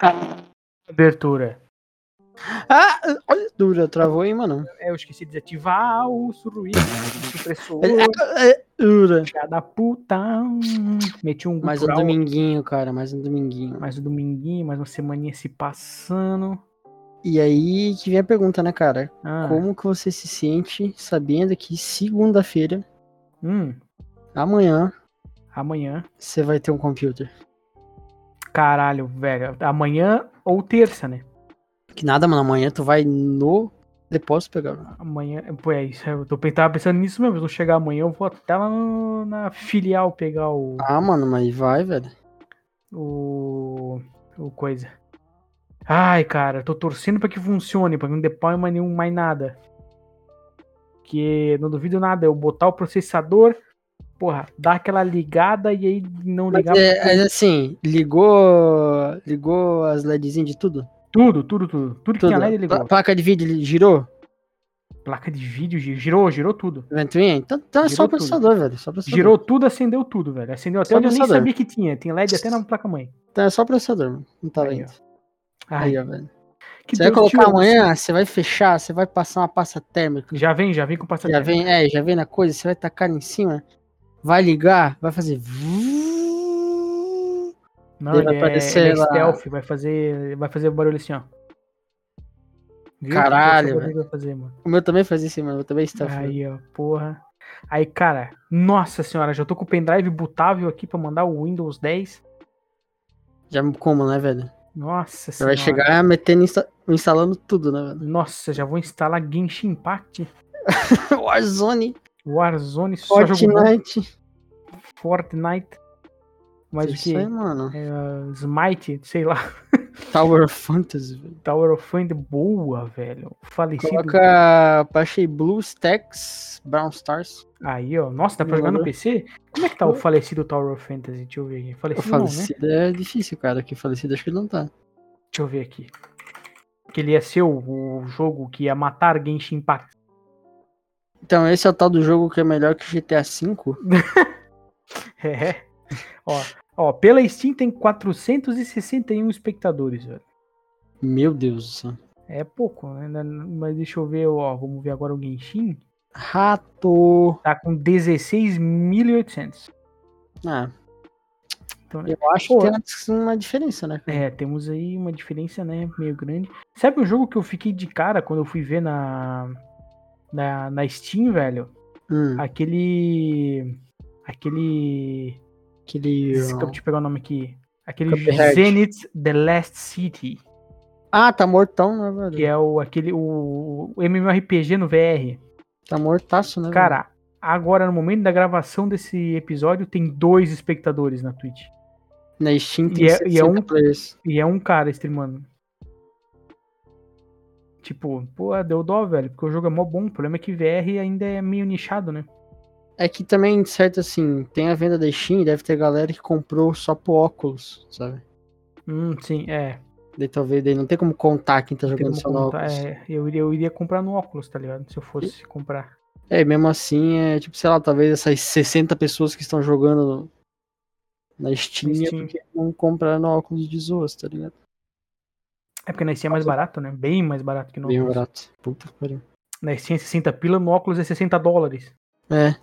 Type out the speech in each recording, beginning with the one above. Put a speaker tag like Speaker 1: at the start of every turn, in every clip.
Speaker 1: a abertura.
Speaker 2: Ah, olha, dura, travou aí, mano.
Speaker 1: É, Eu esqueci de desativar o surruí, o supressor,
Speaker 2: É, Dura.
Speaker 1: filha da puta. Meti um
Speaker 2: Mais um
Speaker 1: gutural.
Speaker 2: dominguinho, cara, mais um dominguinho.
Speaker 1: mais um dominguinho, mais uma semaninha se passando.
Speaker 2: E aí que vem a pergunta, né, cara?
Speaker 1: Ah,
Speaker 2: Como que você se sente sabendo que segunda-feira,
Speaker 1: hum,
Speaker 2: amanhã,
Speaker 1: amanhã.
Speaker 2: você vai ter um computer?
Speaker 1: Caralho, velho. Amanhã ou terça, né?
Speaker 2: Que nada, mano, amanhã tu vai no depósito pegar. mano.
Speaker 1: Amanhã. Pô, é isso. Eu tô, pe- tava pensando nisso mesmo. Se eu chegar amanhã, eu vou até lá no- na filial pegar o.
Speaker 2: Ah, mano, mas vai, velho.
Speaker 1: O. O coisa. Ai, cara, tô torcendo pra que funcione, pra que não dê pau em mais nenhum, mais nada. Que não duvido nada, eu botar o processador, porra, dar aquela ligada e aí não
Speaker 2: Mas,
Speaker 1: ligar
Speaker 2: é, mas, assim, ligou ligou as LEDzinhas de tudo?
Speaker 1: tudo, tudo, tudo. Tudo que
Speaker 2: Tudo. Tá.
Speaker 1: tinha LED
Speaker 2: Pla-
Speaker 1: ligou.
Speaker 2: Placa de vídeo ele girou?
Speaker 1: Placa de vídeo gi- girou, girou tudo.
Speaker 2: Ventoinha? Então, então é só
Speaker 1: Girou
Speaker 2: o processador, velho. Só o processador.
Speaker 1: Girou tudo, acendeu tudo, velho. Acendeu até
Speaker 2: Só
Speaker 1: onde eu nem
Speaker 2: processador.
Speaker 1: sabia que tinha. Tem LED até na placa-mãe.
Speaker 2: Então é só o processador, mano. Não tá
Speaker 1: Aí,
Speaker 2: vendo.
Speaker 1: Ai,
Speaker 2: Aí, ó, velho.
Speaker 1: que
Speaker 2: Você vai
Speaker 1: Deus te
Speaker 2: colocar
Speaker 1: ouça.
Speaker 2: amanhã, você vai fechar, você vai passar uma pasta térmica.
Speaker 1: Já vem, já vem com o
Speaker 2: Já
Speaker 1: passatempo.
Speaker 2: vem, é, já vem na coisa, você vai tacar em cima, vai ligar, vai fazer. VU,
Speaker 1: Não,
Speaker 2: Ele
Speaker 1: ele,
Speaker 2: vai
Speaker 1: é-
Speaker 2: aparecer
Speaker 1: ele é,
Speaker 2: lá.
Speaker 1: stealth, vai fazer, vai fazer barulho assim, ó. Viu?
Speaker 2: Caralho, Tá
Speaker 1: Esse é o barulho que vai fazer, mano.
Speaker 2: O meu também faz isso, mano. Eu também está
Speaker 1: Aí, ó, porra. Aí, cara, nossa senhora, já tô com o pendrive bootável aqui pra mandar o Windows 10.
Speaker 2: Já como, né, velho?
Speaker 1: Nossa
Speaker 2: Você
Speaker 1: senhora.
Speaker 2: vai chegar metendo, insta- instalando tudo, né,
Speaker 1: Nossa, já vou instalar Genshin Impact,
Speaker 2: velho? Warzone,
Speaker 1: Warzone, só jogo bom,
Speaker 2: Fortnite.
Speaker 1: Fortnite. Mas o
Speaker 2: Isso
Speaker 1: que?
Speaker 2: aí, mano.
Speaker 1: Smite, sei lá.
Speaker 2: Tower of Fantasy, velho.
Speaker 1: Tower of Fame, boa, velho. Falecido.
Speaker 2: Coloca. Baixei Bluestacks, Brown Stars.
Speaker 1: Aí, ó. Nossa, tá dá pra jogar no
Speaker 2: Uhum.
Speaker 1: PC? Como é que tá o falecido Tower of Fantasy? Deixa eu ver aqui.
Speaker 2: O
Speaker 1: Falecido não, né?
Speaker 2: falecido é difícil, cara. Que falecido acho que não tá.
Speaker 1: Deixa eu ver aqui. Que ele ia ser o, o jogo que ia matar Genshin Impact.
Speaker 2: Então, esse é o tal do jogo que é melhor que GTA V?
Speaker 1: É. ó, ó, pela Steam tem 461 espectadores, velho.
Speaker 2: Meu Deus do céu.
Speaker 1: É pouco, né? Na- na- Mas deixa eu ver, ó. Vamos ver agora o Genshin.
Speaker 2: Rato.
Speaker 1: Tá com 16.800.
Speaker 2: Ah,
Speaker 1: Então, né?
Speaker 2: eu acho
Speaker 1: Pô.
Speaker 2: que tem uma, uma diferença, né?
Speaker 1: É, temos aí uma diferença, né? Meio grande. Sabe um jogo que eu fiquei de cara quando eu fui ver na. Na, na Steam, velho?
Speaker 2: Hum,
Speaker 1: Aquele. Aquele.
Speaker 2: aquele.
Speaker 1: Esse- Deixa eu pegar o nome aqui. Aquele
Speaker 2: Cuphead.
Speaker 1: Zenith The Last City,
Speaker 2: Ah, tá mortão, né, velho?
Speaker 1: que é o, aquele, o, o MMORPG no VR.
Speaker 2: Tá mortaço, né?
Speaker 1: é- Cara, agora no momento da gravação desse episódio, tem dois espectadores na Twitch.
Speaker 2: velho? Na Steam
Speaker 1: e
Speaker 2: tem
Speaker 1: é-
Speaker 2: 60
Speaker 1: e é um-
Speaker 2: players.
Speaker 1: E é um cara streamando. Tipo, pô, deu dó, velho, porque o jogo é mó bom. O problema é que VR ainda é meio nichado, né?
Speaker 2: É que também, certo assim, tem a venda da Steam, deve ter galera que comprou só pro óculos, sabe?
Speaker 1: Hum, sim, é.
Speaker 2: Daí talvez daí não tem como contar quem tá
Speaker 1: Tem
Speaker 2: jogando
Speaker 1: como
Speaker 2: só no
Speaker 1: contar,
Speaker 2: óculos.
Speaker 1: é, eu, iria, eu iria comprar no óculos, tá ligado? Se eu fosse comprar.
Speaker 2: É, mesmo assim, é tipo, sei lá, talvez essas 60 pessoas que estão jogando na Steam,
Speaker 1: Na
Speaker 2: é
Speaker 1: Steam.
Speaker 2: porque não compraram óculos de zoas, tá ligado?
Speaker 1: É porque na Steam é mais barato, né? Bem mais barato que no
Speaker 2: Bem
Speaker 1: óculos.
Speaker 2: barato. Puta que pariu.
Speaker 1: Na Steam é 60 pila, no óculos é 60 dólares.
Speaker 2: É.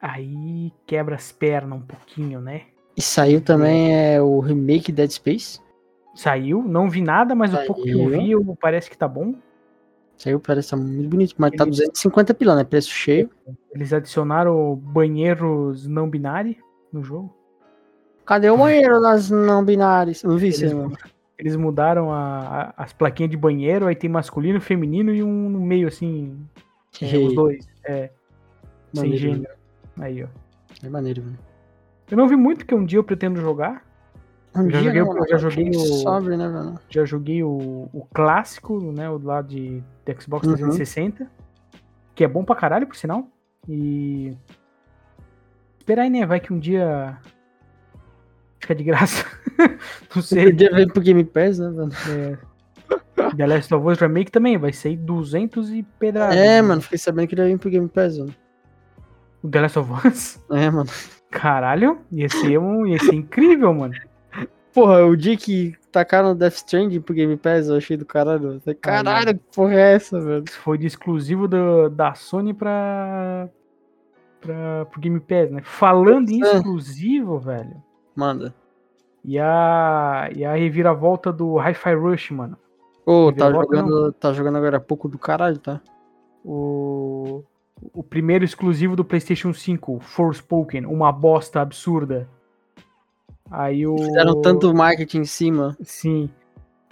Speaker 1: Aí quebra as pernas um pouquinho, né?
Speaker 2: E saiu também é, o remake Dead Space.
Speaker 1: Saiu, não vi nada, mas o pouco que eu
Speaker 2: Saiu.
Speaker 1: vi eu- parece que tá bom.
Speaker 2: Saiu, parece tá muito bonito, mas tá
Speaker 1: Eles-
Speaker 2: 250 pila, né? Preço cheio.
Speaker 1: Eles adicionaram banheiros não binários no jogo.
Speaker 2: Cadê o banheiro nas não binárias? Eu Não vi isso, aí,
Speaker 1: Eles,
Speaker 2: mano.
Speaker 1: eles mudaram a- a- as plaquinhas de banheiro, aí tem masculino, feminino e um no meio, assim, é, os dois, sem
Speaker 2: Maneiro, né?
Speaker 1: gênero. Aí, ó.
Speaker 2: É maneiro, velho.
Speaker 1: Eu não vi muito, que um dia eu pretendo jogar.
Speaker 2: Um
Speaker 1: já joguei o-
Speaker 2: mano,
Speaker 1: eu já joguei
Speaker 2: quem
Speaker 1: o-
Speaker 2: Sobre, né, velho?
Speaker 1: já joguei o, o clássico, né? O lá de, de Xbox
Speaker 2: Uhum.
Speaker 1: 360. Que é bom pra caralho, por sinal. E. Esperar aí, né? Vai que um dia. Fica de graça. Não sei.
Speaker 2: Podia ver pro Game Pass, né, velho?
Speaker 1: É, The Last of Us Remake também vai sair 200 e pedrada.
Speaker 2: É, mano, fiquei sabendo que ele ia vir pro Game Pass, mano.
Speaker 1: O The Last of Us?
Speaker 2: É, mano.
Speaker 1: Caralho, ia ser, um, ia ser incrível, mano.
Speaker 2: Porra, o dia que tacaram Death Stranding pro Game Pass, eu achei do caralho. Eu falei, Caralho, que porra é essa, velho?
Speaker 1: Foi de exclusivo do- da Sony pra, pra, pro Game Pass, né? Falando em
Speaker 2: Pois é.
Speaker 1: exclusivo, velho,
Speaker 2: Manda.
Speaker 1: e a, e a reviravolta do Hi-Fi Rush, mano.
Speaker 2: Ô, tá
Speaker 1: Devolve
Speaker 2: jogando, tá jogando agora há pouco do caralho, tá?
Speaker 1: O, o primeiro exclusivo do PlayStation 5, Forspoken, uma bosta absurda. Aí o.
Speaker 2: Fizeram tanto marketing em cima.
Speaker 1: Sim.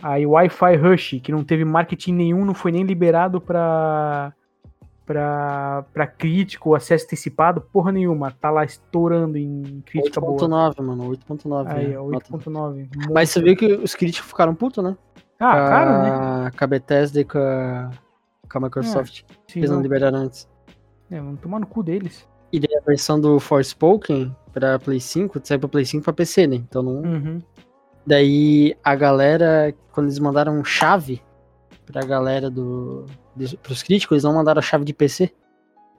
Speaker 1: Aí o Wi-Fi Rush, que não teve marketing nenhum, não foi nem liberado pra, pra, pra crítico, acesso antecipado, porra nenhuma. Tá lá estourando em crítica boa.
Speaker 2: 8.9, mano. 8.9.
Speaker 1: Aí,
Speaker 2: né?
Speaker 1: ó,
Speaker 2: Nota.
Speaker 1: 8.9.
Speaker 2: Mas você viu que os críticos ficaram putos, né?
Speaker 1: Ah, cara, né? É,
Speaker 2: né? Com a Bethesda e com a, com a Microsoft.
Speaker 1: Sim,
Speaker 2: Eles não
Speaker 1: não-
Speaker 2: liberaram antes.
Speaker 1: é, vamos tomar no cu deles.
Speaker 2: E daí a versão do Forspoken pra Play 5, sai pra Play 5 e pra PC, né? Então não...
Speaker 1: Uhum.
Speaker 2: Daí a galera, quando eles mandaram chave pra galera do... dos- Pros críticos, eles não mandaram a chave de PC.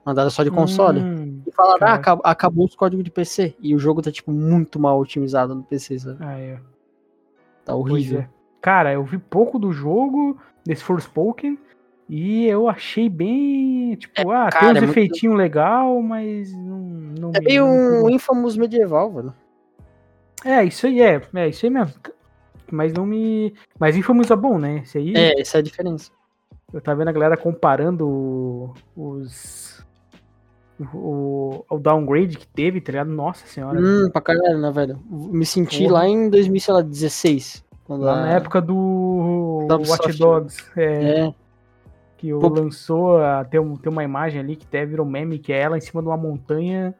Speaker 2: Mandaram só de console.
Speaker 1: Hum,
Speaker 2: E falaram,
Speaker 1: cara.
Speaker 2: ah, acab- acabou os códigos de PC. E o jogo tá, tipo, muito mal otimizado no PC, sabe?
Speaker 1: aí, ó.
Speaker 2: Tá
Speaker 1: Pois
Speaker 2: horrível.
Speaker 1: é. Cara, eu vi pouco do jogo, desse Forspoken, e eu achei bem. Tipo, ah,
Speaker 2: cara,
Speaker 1: tem
Speaker 2: é
Speaker 1: uns
Speaker 2: muito-
Speaker 1: efeitinhos legal, mas não. não
Speaker 2: É
Speaker 1: me-
Speaker 2: meio
Speaker 1: não pegou.
Speaker 2: um Infamous medieval, velho.
Speaker 1: É, isso aí é, é isso aí mesmo. Mas não me. Mas Infamous é bom, né? Esse aí.
Speaker 2: É, essa é a diferença.
Speaker 1: Eu tava vendo a galera comparando o- os. O, o downgrade que teve, tá ligado? Nossa senhora.
Speaker 2: Hum, pra caralho, né, velho? Me senti
Speaker 1: Porra.
Speaker 2: lá em 2016. Quando
Speaker 1: Lá
Speaker 2: a-
Speaker 1: na época do
Speaker 2: Da
Speaker 1: Watch
Speaker 2: Ubisoft,
Speaker 1: Dogs, é,
Speaker 2: né? É,
Speaker 1: que o
Speaker 2: Pô.
Speaker 1: lançou, a- tem, um- tem uma imagem ali que até virou meme, que é ela em cima de uma montanha,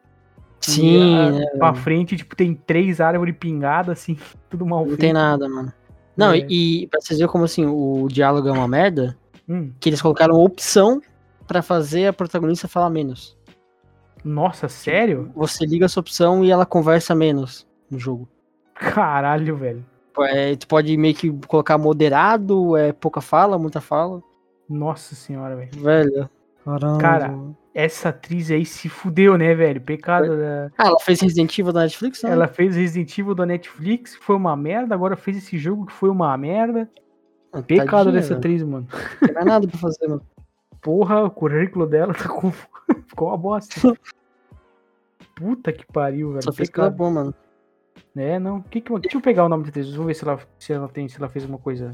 Speaker 2: sim,
Speaker 1: a-
Speaker 2: né,
Speaker 1: pra frente, tipo, tem três árvores pingadas, assim, tudo mal
Speaker 2: não
Speaker 1: feito.
Speaker 2: tem nada, mano. Não,
Speaker 1: É.
Speaker 2: e, e pra vocês verem como assim, o diálogo é uma merda,
Speaker 1: Hum,
Speaker 2: que eles colocaram opção pra fazer a protagonista falar menos.
Speaker 1: nossa, sério?
Speaker 2: Você liga essa opção e ela conversa menos no jogo.
Speaker 1: Caralho, velho.
Speaker 2: É, tu pode meio que colocar moderado, é pouca fala, muita fala.
Speaker 1: Nossa senhora, velho.
Speaker 2: Velho. Caramba.
Speaker 1: Cara. Essa atriz aí se fudeu, né, velho? Pecado. né?
Speaker 2: Ah, ela fez Resident Evil da Netflix, né?
Speaker 1: Ela é fez Resident Evil da Netflix, que foi uma merda. Agora fez esse jogo que foi uma merda. Pecado
Speaker 2: Ah, Tadinha, né?
Speaker 1: dessa
Speaker 2: velho.
Speaker 1: atriz, mano.
Speaker 2: Não tem mais nada pra fazer, mano.
Speaker 1: Porra, o currículo dela tá com... ficou uma bosta. Puta que pariu, velho.
Speaker 2: Só fez coisa
Speaker 1: Pecado.
Speaker 2: boa, mano.
Speaker 1: É, não. Que que... Deixa eu pegar o nome da atriz. Vamos ver se ela, se ela tem, se ela fez alguma coisa.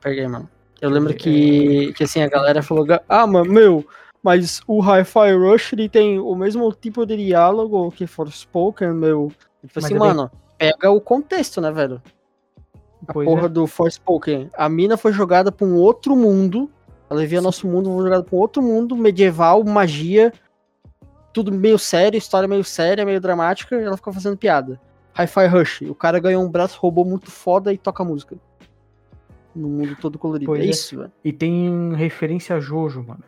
Speaker 2: Peguei, mano. Eu lembro
Speaker 1: É.
Speaker 2: que, que assim, a galera falou, "Ga- ah, mano, meu, mas o Hi-Fi Rush, ele tem o mesmo tipo de diálogo que Forspoken, meu. Tipo
Speaker 1: Mas
Speaker 2: assim,
Speaker 1: é bem-
Speaker 2: mano, pega o contexto, né, velho? A
Speaker 1: Pois
Speaker 2: porra
Speaker 1: é.
Speaker 2: do Forspoken. A mina foi jogada pra um outro mundo, ela vivia nosso mundo, foi jogada pra um outro mundo, medieval, magia, tudo meio sério, história meio séria, meio dramática, e ela ficou fazendo piada. Hi-Fi Rush, o cara ganhou um braço robô muito foda e toca música. No mundo todo colorido.
Speaker 1: Pois
Speaker 2: é
Speaker 1: é.
Speaker 2: isso, velho.
Speaker 1: E tem referência a Jojo, mano.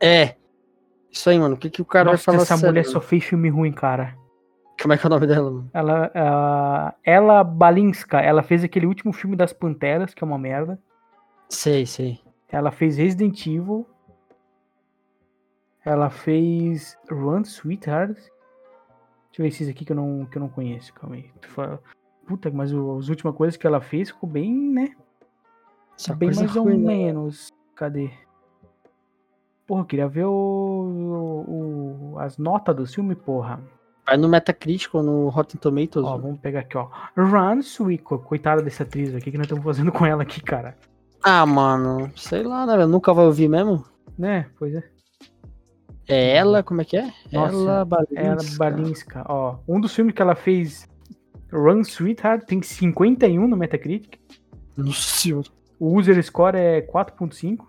Speaker 2: É. Isso aí, mano. O que, que o cara
Speaker 1: Nossa,
Speaker 2: vai falar
Speaker 1: essa mulher
Speaker 2: sério, né?
Speaker 1: só fez filme ruim, cara.
Speaker 2: mano? Como é que é o nome dela, mano?
Speaker 1: Ela, ah, ela Balinska, ela fez aquele último filme das Panteras, que é uma merda.
Speaker 2: Sei, sei.
Speaker 1: Ela fez Resident Evil. Ela fez Run Sweetheart. Deixa eu ver esses aqui que eu não, que eu não conheço, calma aí. Tu fala- Puta, mas o- as últimas coisas que ela fez ficou bem, né?
Speaker 2: Essa
Speaker 1: bem
Speaker 2: coisa
Speaker 1: mais ou
Speaker 2: ruim, né?
Speaker 1: menos. Cadê? Porra, eu queria ver o, o- as notas do filme, porra.
Speaker 2: Vai no Metacritic ou no Rotten Tomatoes.
Speaker 1: Ó,
Speaker 2: mano.
Speaker 1: vamos pegar aqui, ó. Run Sweet. Coitada dessa atriz, velho. o que, que nós estamos fazendo com ela aqui, cara?
Speaker 2: Ah, mano. Sei lá, né? velho? Nunca vai ouvir mesmo.
Speaker 1: Né? Pois é.
Speaker 2: É ela, como é que é?
Speaker 1: Nossa,
Speaker 2: ela,
Speaker 1: É Ela
Speaker 2: Balinska.
Speaker 1: Balinska, ó. Um dos filmes que ela fez, Run Sweetheart, tem 51 no Metacritic.
Speaker 2: Nossa senhora.
Speaker 1: O user score é 4.5.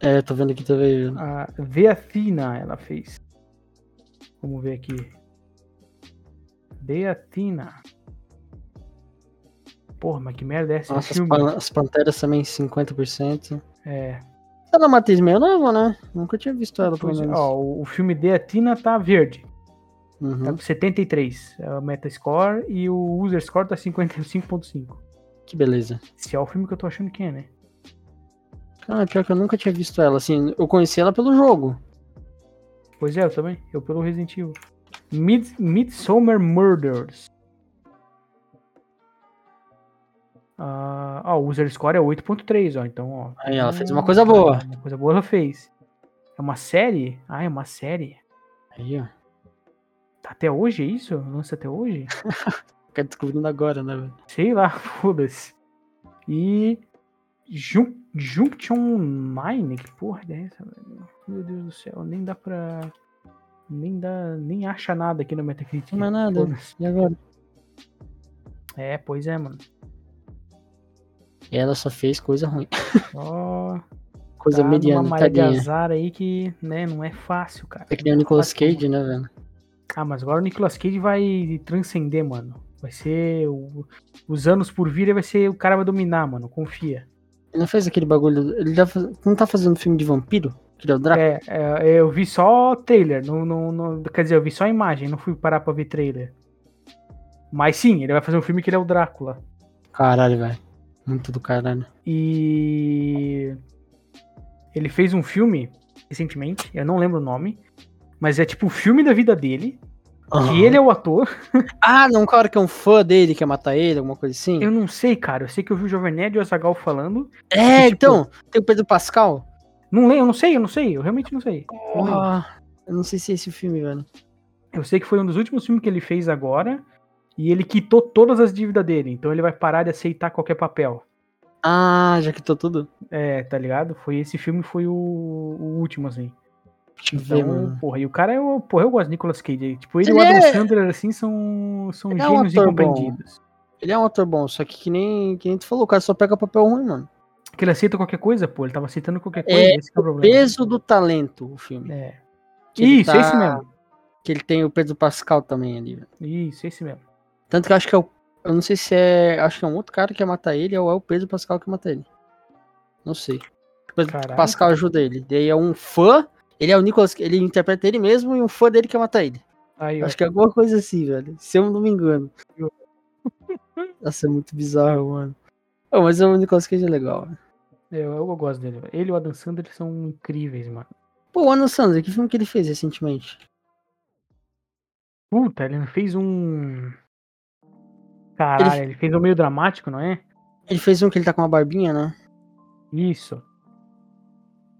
Speaker 2: É, tô vendo aqui também. velho.
Speaker 1: A Veathina ela fez. Vamos ver aqui. Veathina. Porra, mas que merda é essa?
Speaker 2: Nossa,
Speaker 1: Nossa,
Speaker 2: as,
Speaker 1: filme?
Speaker 2: pan- as Panteras também 50%.
Speaker 1: É,
Speaker 2: Ela é uma atriz meio nova, né? Nunca tinha visto ela, pelo
Speaker 1: pois é,
Speaker 2: menos.
Speaker 1: ó, o o filme Deathina tá verde. Tá
Speaker 2: Uhum,
Speaker 1: com 73. É o Metascore e o user score tá 55.5.
Speaker 2: Que beleza.
Speaker 1: Se é o filme que eu tô achando que é, né?
Speaker 2: Cara, Ah, pior que eu nunca tinha visto ela, assim, eu conheci ela pelo jogo.
Speaker 1: Pois é, eu também. Eu pelo Resident Evil. Mid Midsummer Murders. Ah, ó, o user score é 8.3, ó. Então, ó.
Speaker 2: Aí ela fez uma coisa boa.
Speaker 1: Uma coisa boa ela fez. É uma série? Ah, é uma série.
Speaker 2: Aí, ó.
Speaker 1: Tá até hoje é isso? Lança até hoje?
Speaker 2: Fica descobrindo agora, né, velho?
Speaker 1: Sei lá, foda-se. E. Jun Junction Online? Que porra é essa, velho? Meu Deus do céu, nem dá pra. Nem dá. Nem acha nada aqui no Metacritic.
Speaker 2: Não é nada.
Speaker 1: Foda-se.
Speaker 2: E agora?
Speaker 1: É, pois é, mano.
Speaker 2: E ela só fez coisa ruim.
Speaker 1: Só
Speaker 2: Coisa
Speaker 1: tá
Speaker 2: mediana,
Speaker 1: numa maré de
Speaker 2: tadinha.
Speaker 1: azar aí que, né, não é fácil, cara.
Speaker 2: É que nem o Nicolas Cage, né, velho?
Speaker 1: Ah, mas agora o Nicolas Cage vai transcender, mano. Vai ser. o- os anos por vir, ele vai ser. O cara vai dominar, mano. Confia.
Speaker 2: Ele não fez aquele bagulho. Ele tá faz- não tá fazendo filme de vampiro? Que ele é o Drácula?
Speaker 1: É, é, eu vi só trailer. Não, não, não- quer dizer, eu vi só a imagem, não fui parar pra ver trailer. Mas sim, ele vai fazer um filme que ele é o Drácula.
Speaker 2: Caralho, velho. Muito do caralho.
Speaker 1: E ele fez um filme recentemente, eu não lembro o nome, mas é tipo o filme da vida dele, que ele é o ator.
Speaker 2: Ah, não, um cara que é um fã dele, quer matar ele, alguma coisa assim?
Speaker 1: Eu não sei, cara, eu sei que eu vi o Jovem Nerd e o Azagal falando.
Speaker 2: É,
Speaker 1: tipo-
Speaker 2: então. Tem o Pedro Pascal?
Speaker 1: Não lembro, eu não sei, eu não sei, eu realmente não sei. Não lembro.
Speaker 2: Ah, eu não sei se é esse o filme, velho.
Speaker 1: Eu sei que foi um dos últimos filmes que ele fez agora e ele quitou todas as dívidas dele, então ele vai parar de aceitar qualquer papel.
Speaker 2: Ah, já quitou tudo?
Speaker 1: É, tá ligado? Foi esse filme, foi o, o último, assim.
Speaker 2: Deixa eu ver,
Speaker 1: Então,
Speaker 2: mano.
Speaker 1: porra, e o cara é o. Porra, eu gosto de Nicolas Cage. Tipo, ele e o
Speaker 2: Ele
Speaker 1: Adam
Speaker 2: é-
Speaker 1: Sandler, assim, são, são
Speaker 2: Ele é um
Speaker 1: gênios
Speaker 2: ator
Speaker 1: incompreendidos.
Speaker 2: Ele é um ator bom, só que que nem, que nem tu falou, o cara só pega papel ruim, mano.
Speaker 1: Que ele aceita qualquer coisa, pô. Ele tava aceitando qualquer coisa, esse que é o problema.
Speaker 2: Peso do talento, o filme.
Speaker 1: É.
Speaker 2: Que ele
Speaker 1: Isso,
Speaker 2: tá-
Speaker 1: esse mesmo.
Speaker 2: Que ele tem o Pedro Pascal também ali, velho.
Speaker 1: Isso, esse mesmo.
Speaker 2: Tanto que eu acho que é o. Eu não sei se é. Acho que é um outro cara que quer matar ele ou é o Pedro Pascal que mata ele. Não sei. O Pedro
Speaker 1: Caraca.
Speaker 2: Pascal ajuda ele. Daí é um fã. Ele é o Nicolas. Ele interpreta ele mesmo e um fã dele quer matar ele.
Speaker 1: Aí, ó.
Speaker 2: Acho que é alguma coisa assim, velho. Se eu não me engano. Nossa, é muito bizarro, mano. Ô, mas o Nicolas Cage é legal. velho.
Speaker 1: Eu, eu gosto dele. velho. Ele e o Adam Sandler são incríveis, mano.
Speaker 2: Pô, o Ana Sandler, que filme que ele fez recentemente?
Speaker 1: Puta, ele fez um. Caralho, ele, fez um meio dramático, não é?
Speaker 2: Ele fez um que ele tá com uma barbinha, né?
Speaker 1: Isso.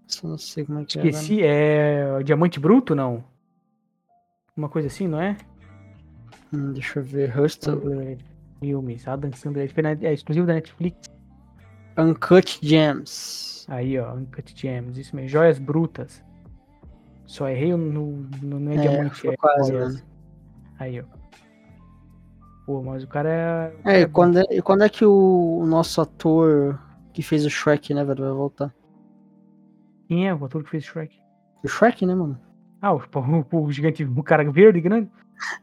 Speaker 2: Só não sei como é que é. velho.
Speaker 1: Esqueci, é. Diamante Bruto, não? Uma coisa assim, não é?
Speaker 2: Hum, deixa eu ver. Hustle.
Speaker 1: Sandler, Filmes, Adam Sandler, ele fez na- é exclusivo da Netflix.
Speaker 2: Uncut Gems.
Speaker 1: Aí, ó, Uncut Gems, isso mesmo, Joias Brutas. Só errei no, no, não é, diamante,
Speaker 2: foi
Speaker 1: é
Speaker 2: quase, né?
Speaker 1: joias. Aí, ó. Pô, mas o cara é. o cara
Speaker 2: É, e
Speaker 1: bom.
Speaker 2: quando é, e quando é que o, o nosso ator que fez o Shrek, né, velho, vai voltar?
Speaker 1: Quem é o ator que fez Shrek?
Speaker 2: O Shrek, né, mano?
Speaker 1: Ah, o, o, o gigante, o cara verde grande.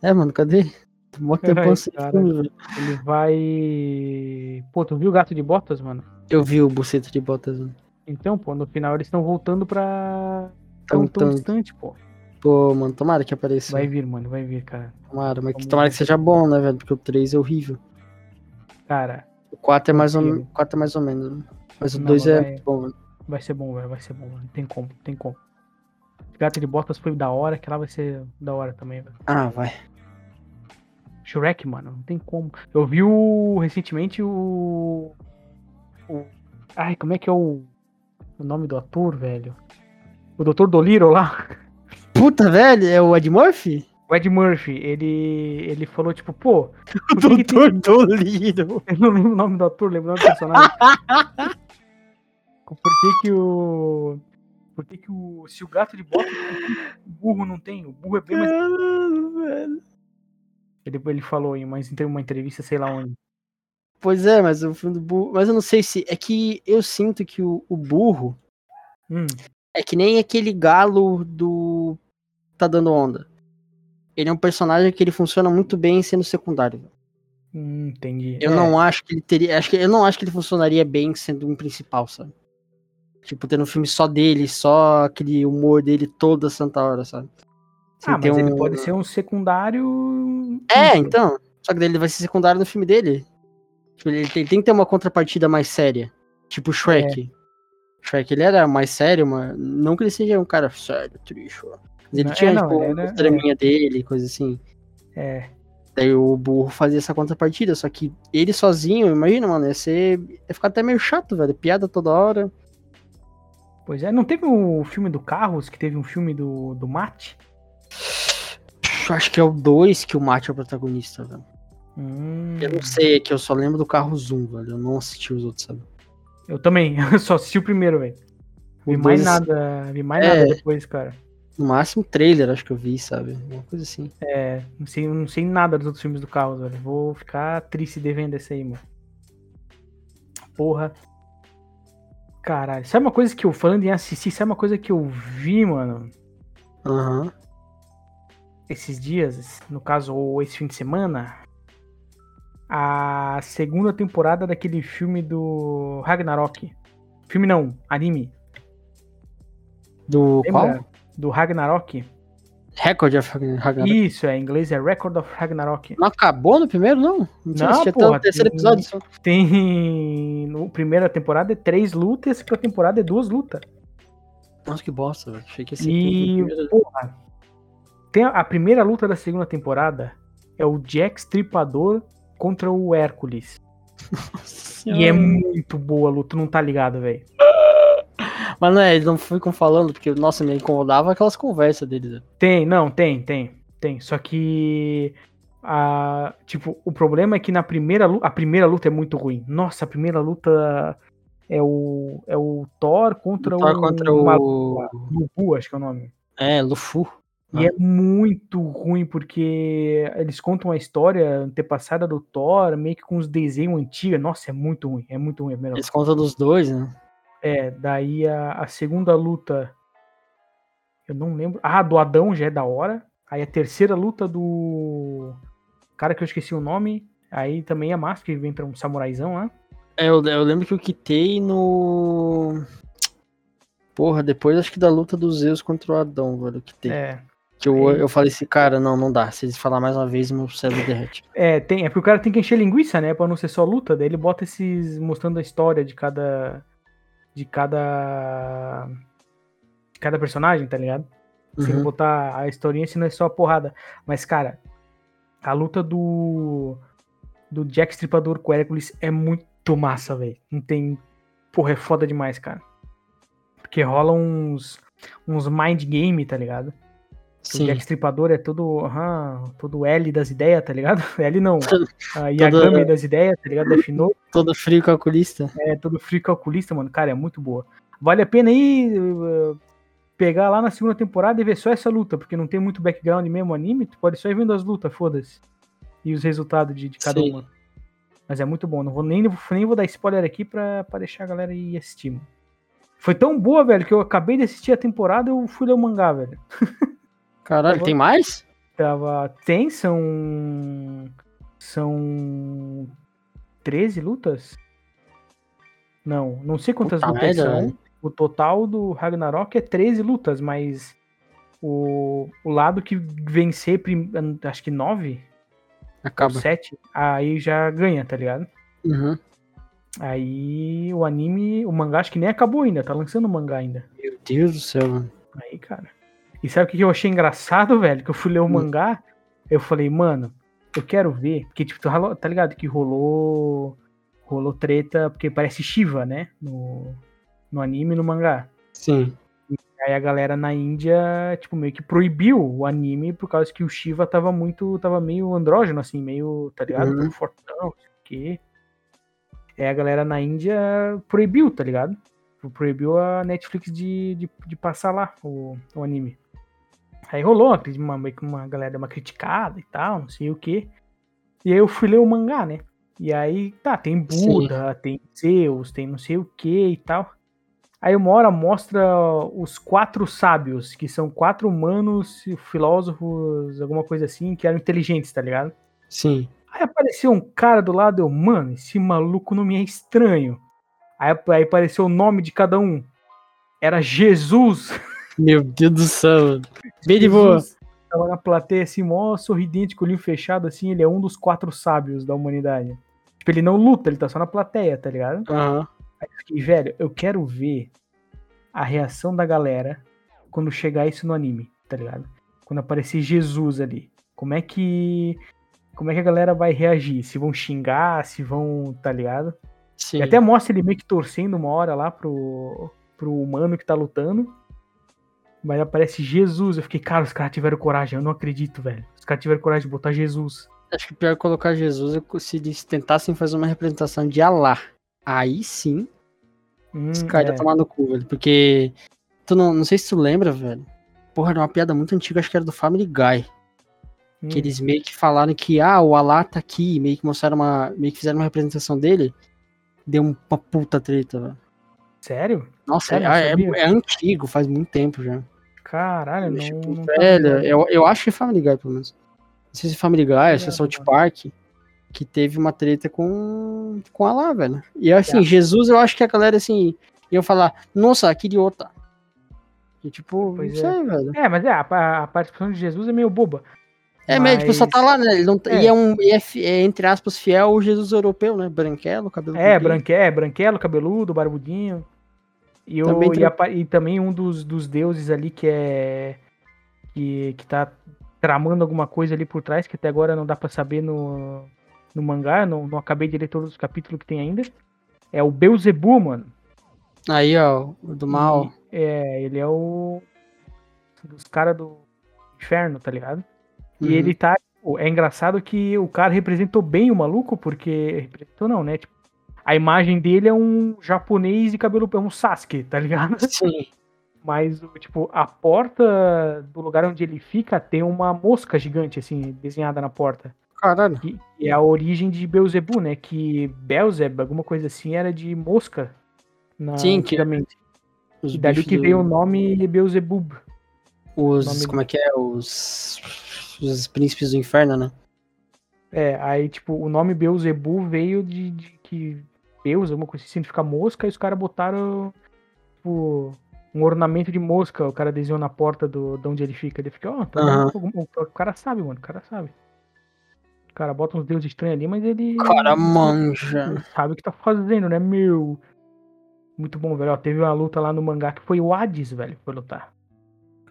Speaker 2: É, mano, cadê? Tá Mó tempão
Speaker 1: Ai,
Speaker 2: sem
Speaker 1: cara.
Speaker 2: filme, velho.
Speaker 1: Ele vai. Pô, tu viu o gato de botas, mano?
Speaker 2: Eu vi o Buceta de Botas, né? mano.
Speaker 1: Então, pô, no final eles estão voltando pra. Tão, Então, tão
Speaker 2: Tão, Então, tão.
Speaker 1: distante, pô.
Speaker 2: Pô, mano, tomara que apareça.
Speaker 1: Vai vir, mano, vai vir, cara.
Speaker 2: Tomara, mas que,
Speaker 1: Vamos
Speaker 2: tomara
Speaker 1: ver.
Speaker 2: que seja bom, né, velho? Porque o 3 é horrível.
Speaker 1: Cara,
Speaker 2: O 4 é mais ou,
Speaker 1: Horrível.
Speaker 2: o 4 é mais ou menos, né? Mas o
Speaker 1: Não,
Speaker 2: 2 é
Speaker 1: vai-
Speaker 2: bom, velho.
Speaker 1: vai ser bom, velho, vai ser bom, mano. Tem como, tem como. Gato de Botas foi da hora, que lá vai ser da hora também, velho.
Speaker 2: Ah, vai.
Speaker 1: Shrek, mano, não tem como. Eu vi o. recentemente o. o- Ai, como é que é o. o nome do ator, velho? O Dr. Doliro lá.
Speaker 2: Puta, velho, é o Ed Murphy?
Speaker 1: O Ed Murphy, ele. ele falou, tipo, pô,
Speaker 2: O
Speaker 1: Por que que
Speaker 2: Doutor Dolittle.
Speaker 1: Eu não lembro o nome do ator, lembro o nome do personagem. Por que que o... Por que que o... Se o gato de bota, o burro não tem. O burro é bem mais...
Speaker 2: Caralho, velho.
Speaker 1: Ele, ele falou em uma, em uma entrevista, sei lá onde.
Speaker 2: Pois é, mas o filme do burro. Mas eu não sei se. É que eu sinto que o- o burro.
Speaker 1: Hum,
Speaker 2: É que nem aquele galo do Tá Dando Onda. Ele é um personagem que ele funciona muito bem sendo secundário.
Speaker 1: hum, entendi.
Speaker 2: Eu
Speaker 1: É,
Speaker 2: não acho que ele teria. Acho que, eu não acho que ele funcionaria bem sendo um principal, sabe? Tipo, tendo um filme só dele, só aquele humor dele toda santa hora, sabe? Sem
Speaker 1: Ah,
Speaker 2: ter
Speaker 1: mas ele
Speaker 2: um-
Speaker 1: pode ser um secundário...
Speaker 2: É, então. Só que daí ele vai ser secundário no filme dele. Tipo, ele, tem, tem que ter uma contrapartida mais séria. Tipo o Shrek.
Speaker 1: É.
Speaker 2: Shrek, ele era mais sério, mas não que ele seja um cara sério, triste. ó. Mas ele
Speaker 1: Não, é,
Speaker 2: tinha,
Speaker 1: não,
Speaker 2: tipo,
Speaker 1: ele era-
Speaker 2: o draminha dele, coisa assim.
Speaker 1: É.
Speaker 2: Daí Daí o burro fazia essa contrapartida, só que ele sozinho, imagina, mano, ia ser. ia ficar até meio chato, velho. Piada toda hora.
Speaker 1: Pois é, não teve o filme do Carros, que teve um filme do, do Mate?
Speaker 2: Acho que é o 2 que o Mate é o protagonista, velho.
Speaker 1: Hum,
Speaker 2: Eu não sei, é que eu só lembro do carro Zoom, velho. Eu não assisti os outros, sabe?
Speaker 1: eu também, eu só assisti o primeiro, velho.
Speaker 2: O
Speaker 1: Vi mais
Speaker 2: dois,
Speaker 1: nada, vi mais
Speaker 2: É.
Speaker 1: nada depois, cara.
Speaker 2: No máximo trailer, acho que eu vi, sabe? Uma coisa assim.
Speaker 1: É, não sei, não sei nada dos outros filmes do Carros, velho. Vou ficar triste devendo esse aí, mano. Porra. Caralho, sabe uma coisa que eu, falando em assistir, sabe uma coisa que eu vi, mano?
Speaker 2: Aham.
Speaker 1: esses dias, no caso, ou esse fim de semana, a segunda temporada daquele filme do Ragnarok. Filme não, anime.
Speaker 2: Do
Speaker 1: Lembra?
Speaker 2: qual?
Speaker 1: Do Ragnarok?
Speaker 2: Record of Ragnarok.
Speaker 1: Isso, é, em inglês é Record of Ragnarok.
Speaker 2: Não acabou no primeiro, não? Não,
Speaker 1: Não,
Speaker 2: assisti até
Speaker 1: porra,
Speaker 2: o terceiro
Speaker 1: tem-
Speaker 2: episódio. Só.
Speaker 1: Tem. No primeira temporada é três lutas, e a segunda temporada é duas lutas.
Speaker 2: assim. Nossa, que bosta, velho. Achei que esse aqui
Speaker 1: E,
Speaker 2: no primeiro-
Speaker 1: porra, tem a, a primeira luta da segunda temporada é o Jack Stripador contra o Hércules.
Speaker 2: Nossa
Speaker 1: E é
Speaker 2: Senhora.
Speaker 1: muito boa a luta, tu não tá ligado, velho.
Speaker 2: Mas não é, eles não ficam falando, porque, nossa, me incomodava aquelas conversas deles. né?
Speaker 1: Tem, não, tem, tem, tem. Só que. A, tipo, o problema é que na primeira luta. A primeira luta é muito ruim. Nossa, a primeira luta é o. É o Thor contra
Speaker 2: Thor
Speaker 1: o.
Speaker 2: contra o.
Speaker 1: Malu- Lubu, acho que é o nome.
Speaker 2: É, Lufu.
Speaker 1: E é muito ruim, porque eles contam a história antepassada do Thor, meio que com os desenhos antigos. Nossa, é muito ruim, é muito ruim. É melhor.
Speaker 2: Eles contam dos dois, né?
Speaker 1: É, daí a, a segunda luta. Eu não lembro. Ah, do Adão já é da hora. Aí a terceira luta do. Cara que eu esqueci o nome. Aí também é massa, que vem pra um samuraizão lá.
Speaker 2: É, eu, eu lembro que eu quitei no. Porra, depois acho que da luta do Zeus contra o Adão, velho. Eu quitei.
Speaker 1: É.
Speaker 2: que eu,
Speaker 1: aí-
Speaker 2: eu falei assim, cara, não, não dá. Se eles falar mais uma vez, meu cérebro derrete.
Speaker 1: É, tem, é porque o cara tem que encher linguiça, né? Pra não ser só luta. Daí ele bota esses. mostrando a história de cada. De cada. De cada personagem, tá ligado? Tem que
Speaker 2: Uhum.
Speaker 1: botar a historinha, se não é só a porrada. Mas, cara, a luta do. Do Jack Stripador com o Hércules é muito massa, velho. Não tem. Porra, é foda demais, cara. Porque rola uns. Uns mind game, tá ligado? O
Speaker 2: Sim.
Speaker 1: Jack Stripador é todo. aham, todo L das ideias, tá ligado? L não. A Yagami
Speaker 2: Toda-
Speaker 1: das ideias, tá ligado? Definou.
Speaker 2: Todo frio calculista.
Speaker 1: É todo frio calculista, mano. Cara, é muito boa. Vale a pena ir eh, pegar lá na segunda temporada e ver só essa luta, porque não tem muito background mesmo anime, tu pode só ir vendo as lutas, foda-se. E os resultados de, de cada
Speaker 2: Sim.
Speaker 1: uma. Mas é muito bom. Não vou nem, nem vou dar spoiler aqui pra, pra deixar a galera ir assistir. mano. Foi tão boa, velho, que eu acabei de assistir a temporada eu fui ler o mangá, velho.
Speaker 2: Caralho,
Speaker 1: Tá bom.
Speaker 2: tem mais?
Speaker 1: Tava. Tem, são. São. 13 lutas? Não, não sei quantas
Speaker 2: Puta
Speaker 1: lutas
Speaker 2: merda,
Speaker 1: são.
Speaker 2: velho.
Speaker 1: O total do Ragnarok é 13 lutas, mas o, o lado que vencer, prim- acho que 9,
Speaker 2: Acaba.
Speaker 1: 7, aí já ganha, tá ligado?
Speaker 2: Uhum.
Speaker 1: Aí o anime, o mangá acho que nem acabou ainda, tá lançando o mangá ainda.
Speaker 2: Meu Deus do céu, mano.
Speaker 1: Aí, cara. E sabe o que que eu achei engraçado, velho? Que eu fui ler o
Speaker 2: Hum.
Speaker 1: mangá, eu falei, mano, eu quero ver. Porque, tipo, tu ralo- tá ligado que rolou. Rolou treta, porque parece Shiva, né? No, no anime e no mangá.
Speaker 2: Sim.
Speaker 1: Aí a galera na Índia, tipo, meio que proibiu o anime por causa que o Shiva tava muito. tava meio andrógeno, assim, meio, tá ligado?
Speaker 2: Uhum.
Speaker 1: Todo fortão, não sei o quê. Aí a galera na Índia proibiu, tá ligado? Proibiu a Netflix de, de, de passar lá o, o anime. Aí rolou uma, cri- uma, meio que uma galera, uma criticada e tal, não sei o quê. E aí eu fui ler o mangá, né? E aí, tá, tem Buda, tem Zeus, tem não sei o que e tal. Aí uma hora mostra os quatro sábios, que são quatro humanos, filósofos, alguma coisa assim, que eram inteligentes, tá ligado?
Speaker 2: Sim.
Speaker 1: Aí apareceu um cara do lado, eu, mano, esse maluco não me é estranho. Aí, aí apareceu o nome de cada um. Era Jesus.
Speaker 2: Meu Deus do céu, mano. Bem de boa.
Speaker 1: Jesus Tava na plateia assim, mó sorridente, com o olhinho fechado, assim, ele é um dos quatro sábios da humanidade. Tipo, ele não luta, ele tá só na plateia, tá ligado?
Speaker 2: Aham.
Speaker 1: E, velho, eu quero ver a reação da galera quando chegar isso no anime, tá ligado? Quando aparecer Jesus ali. Como é que. como é que a galera vai reagir? Se vão xingar, se vão, tá ligado?
Speaker 2: Sim.
Speaker 1: E até mostra ele meio que torcendo uma hora lá pro, pro humano que tá lutando. Mas aparece Jesus. Eu fiquei, cara, os caras tiveram coragem. Eu não acredito, velho. Os caras tiveram coragem de botar Jesus.
Speaker 2: Acho que pior colocar Jesus é se eles tentassem fazer uma representação de Alá. Aí sim,
Speaker 1: Hum,
Speaker 2: os caras
Speaker 1: é.
Speaker 2: iam tomar no cu, velho. Porque. Tu não, não sei se tu lembra, velho. Porra, era uma piada muito antiga, acho que era do Family Guy.
Speaker 1: Hum,
Speaker 2: Que eles meio que falaram que, ah, o Alá tá aqui, e meio que mostraram uma. meio que fizeram uma representação dele. Deu um, uma puta treta, velho.
Speaker 1: Sério?
Speaker 2: Nossa,
Speaker 1: Olha,
Speaker 2: é, é-
Speaker 1: sabia.
Speaker 2: é antigo, faz muito tempo já.
Speaker 1: Caralho,
Speaker 2: Deixa
Speaker 1: É, não,
Speaker 2: pro
Speaker 1: não
Speaker 2: velho, eu, eu acho que é Family Guy, pelo menos. Não sei se é Family Guy, se é
Speaker 1: É,
Speaker 2: South
Speaker 1: mano.
Speaker 2: Park, que teve uma treta com, com a lá, velho. E assim,
Speaker 1: É.
Speaker 2: Jesus, eu acho que a galera, assim, ia falar, nossa, que idiota. E tipo,
Speaker 1: Pois
Speaker 2: não
Speaker 1: é.
Speaker 2: sei, velho.
Speaker 1: É, mas é, a, a- a participação de Jesus é meio boba.
Speaker 2: É, mas, tipo, só
Speaker 1: Mas-
Speaker 2: tá lá, né? Ele não, tá-
Speaker 1: É.
Speaker 2: E é um, e é, fi- é, entre aspas, fiel ao Jesus europeu, né? Branquelo, cabelo
Speaker 1: É,
Speaker 2: comprido.
Speaker 1: branque, é, branquelo, cabeludo, barbudinho. E, o-
Speaker 2: Também tem-
Speaker 1: e, a pa- e também um dos, dos deuses ali que é. Que, que tá tramando alguma coisa ali por trás, que até agora não dá pra saber no, no mangá, não, não acabei de ler todos os capítulos que tem ainda. É o Beuzebu, mano.
Speaker 2: Aí, ó, o do mal.
Speaker 1: E- é, ele é o. Dos caras do inferno, tá ligado?
Speaker 2: Uhum.
Speaker 1: E ele tá. tipo, É engraçado que o cara representou bem o maluco, porque. Representou não, né? Tipo, a imagem dele é um japonês de cabelo. É um Sasuke, tá ligado?
Speaker 2: Sim.
Speaker 1: Mas, o- tipo, a porta do lugar onde ele fica tem uma mosca gigante, assim, desenhada na porta.
Speaker 2: Caralho.
Speaker 1: Que que é a origem de Beelzebub, né? Que Beelzeb, alguma coisa assim, era de mosca. Na,
Speaker 2: Sim, que-
Speaker 1: antigamente.
Speaker 2: Os
Speaker 1: E dali
Speaker 2: bichos
Speaker 1: que
Speaker 2: do-
Speaker 1: veio o nome Beelzebub.
Speaker 2: Os.
Speaker 1: nome
Speaker 2: Como é que é? Os. Os príncipes do inferno, né?
Speaker 1: É, aí, tipo, o nome Beuzebu veio de, de que Beus, alguma coisa assim, significa mosca, e os caras botaram, tipo, um ornamento de mosca, o cara desenhou na porta do, de onde ele fica. Ele fica, ó, tá
Speaker 2: Aham.
Speaker 1: vendo? Algum- o, cara sabe, mano, o cara sabe. O cara bota uns deuses estranhos ali, mas ele
Speaker 2: Cara, manja.
Speaker 1: ele sabe o que tá fazendo, né, meu? Muito bom, velho. Ó, teve uma luta lá no mangá que foi o Hades, velho, que foi lutar.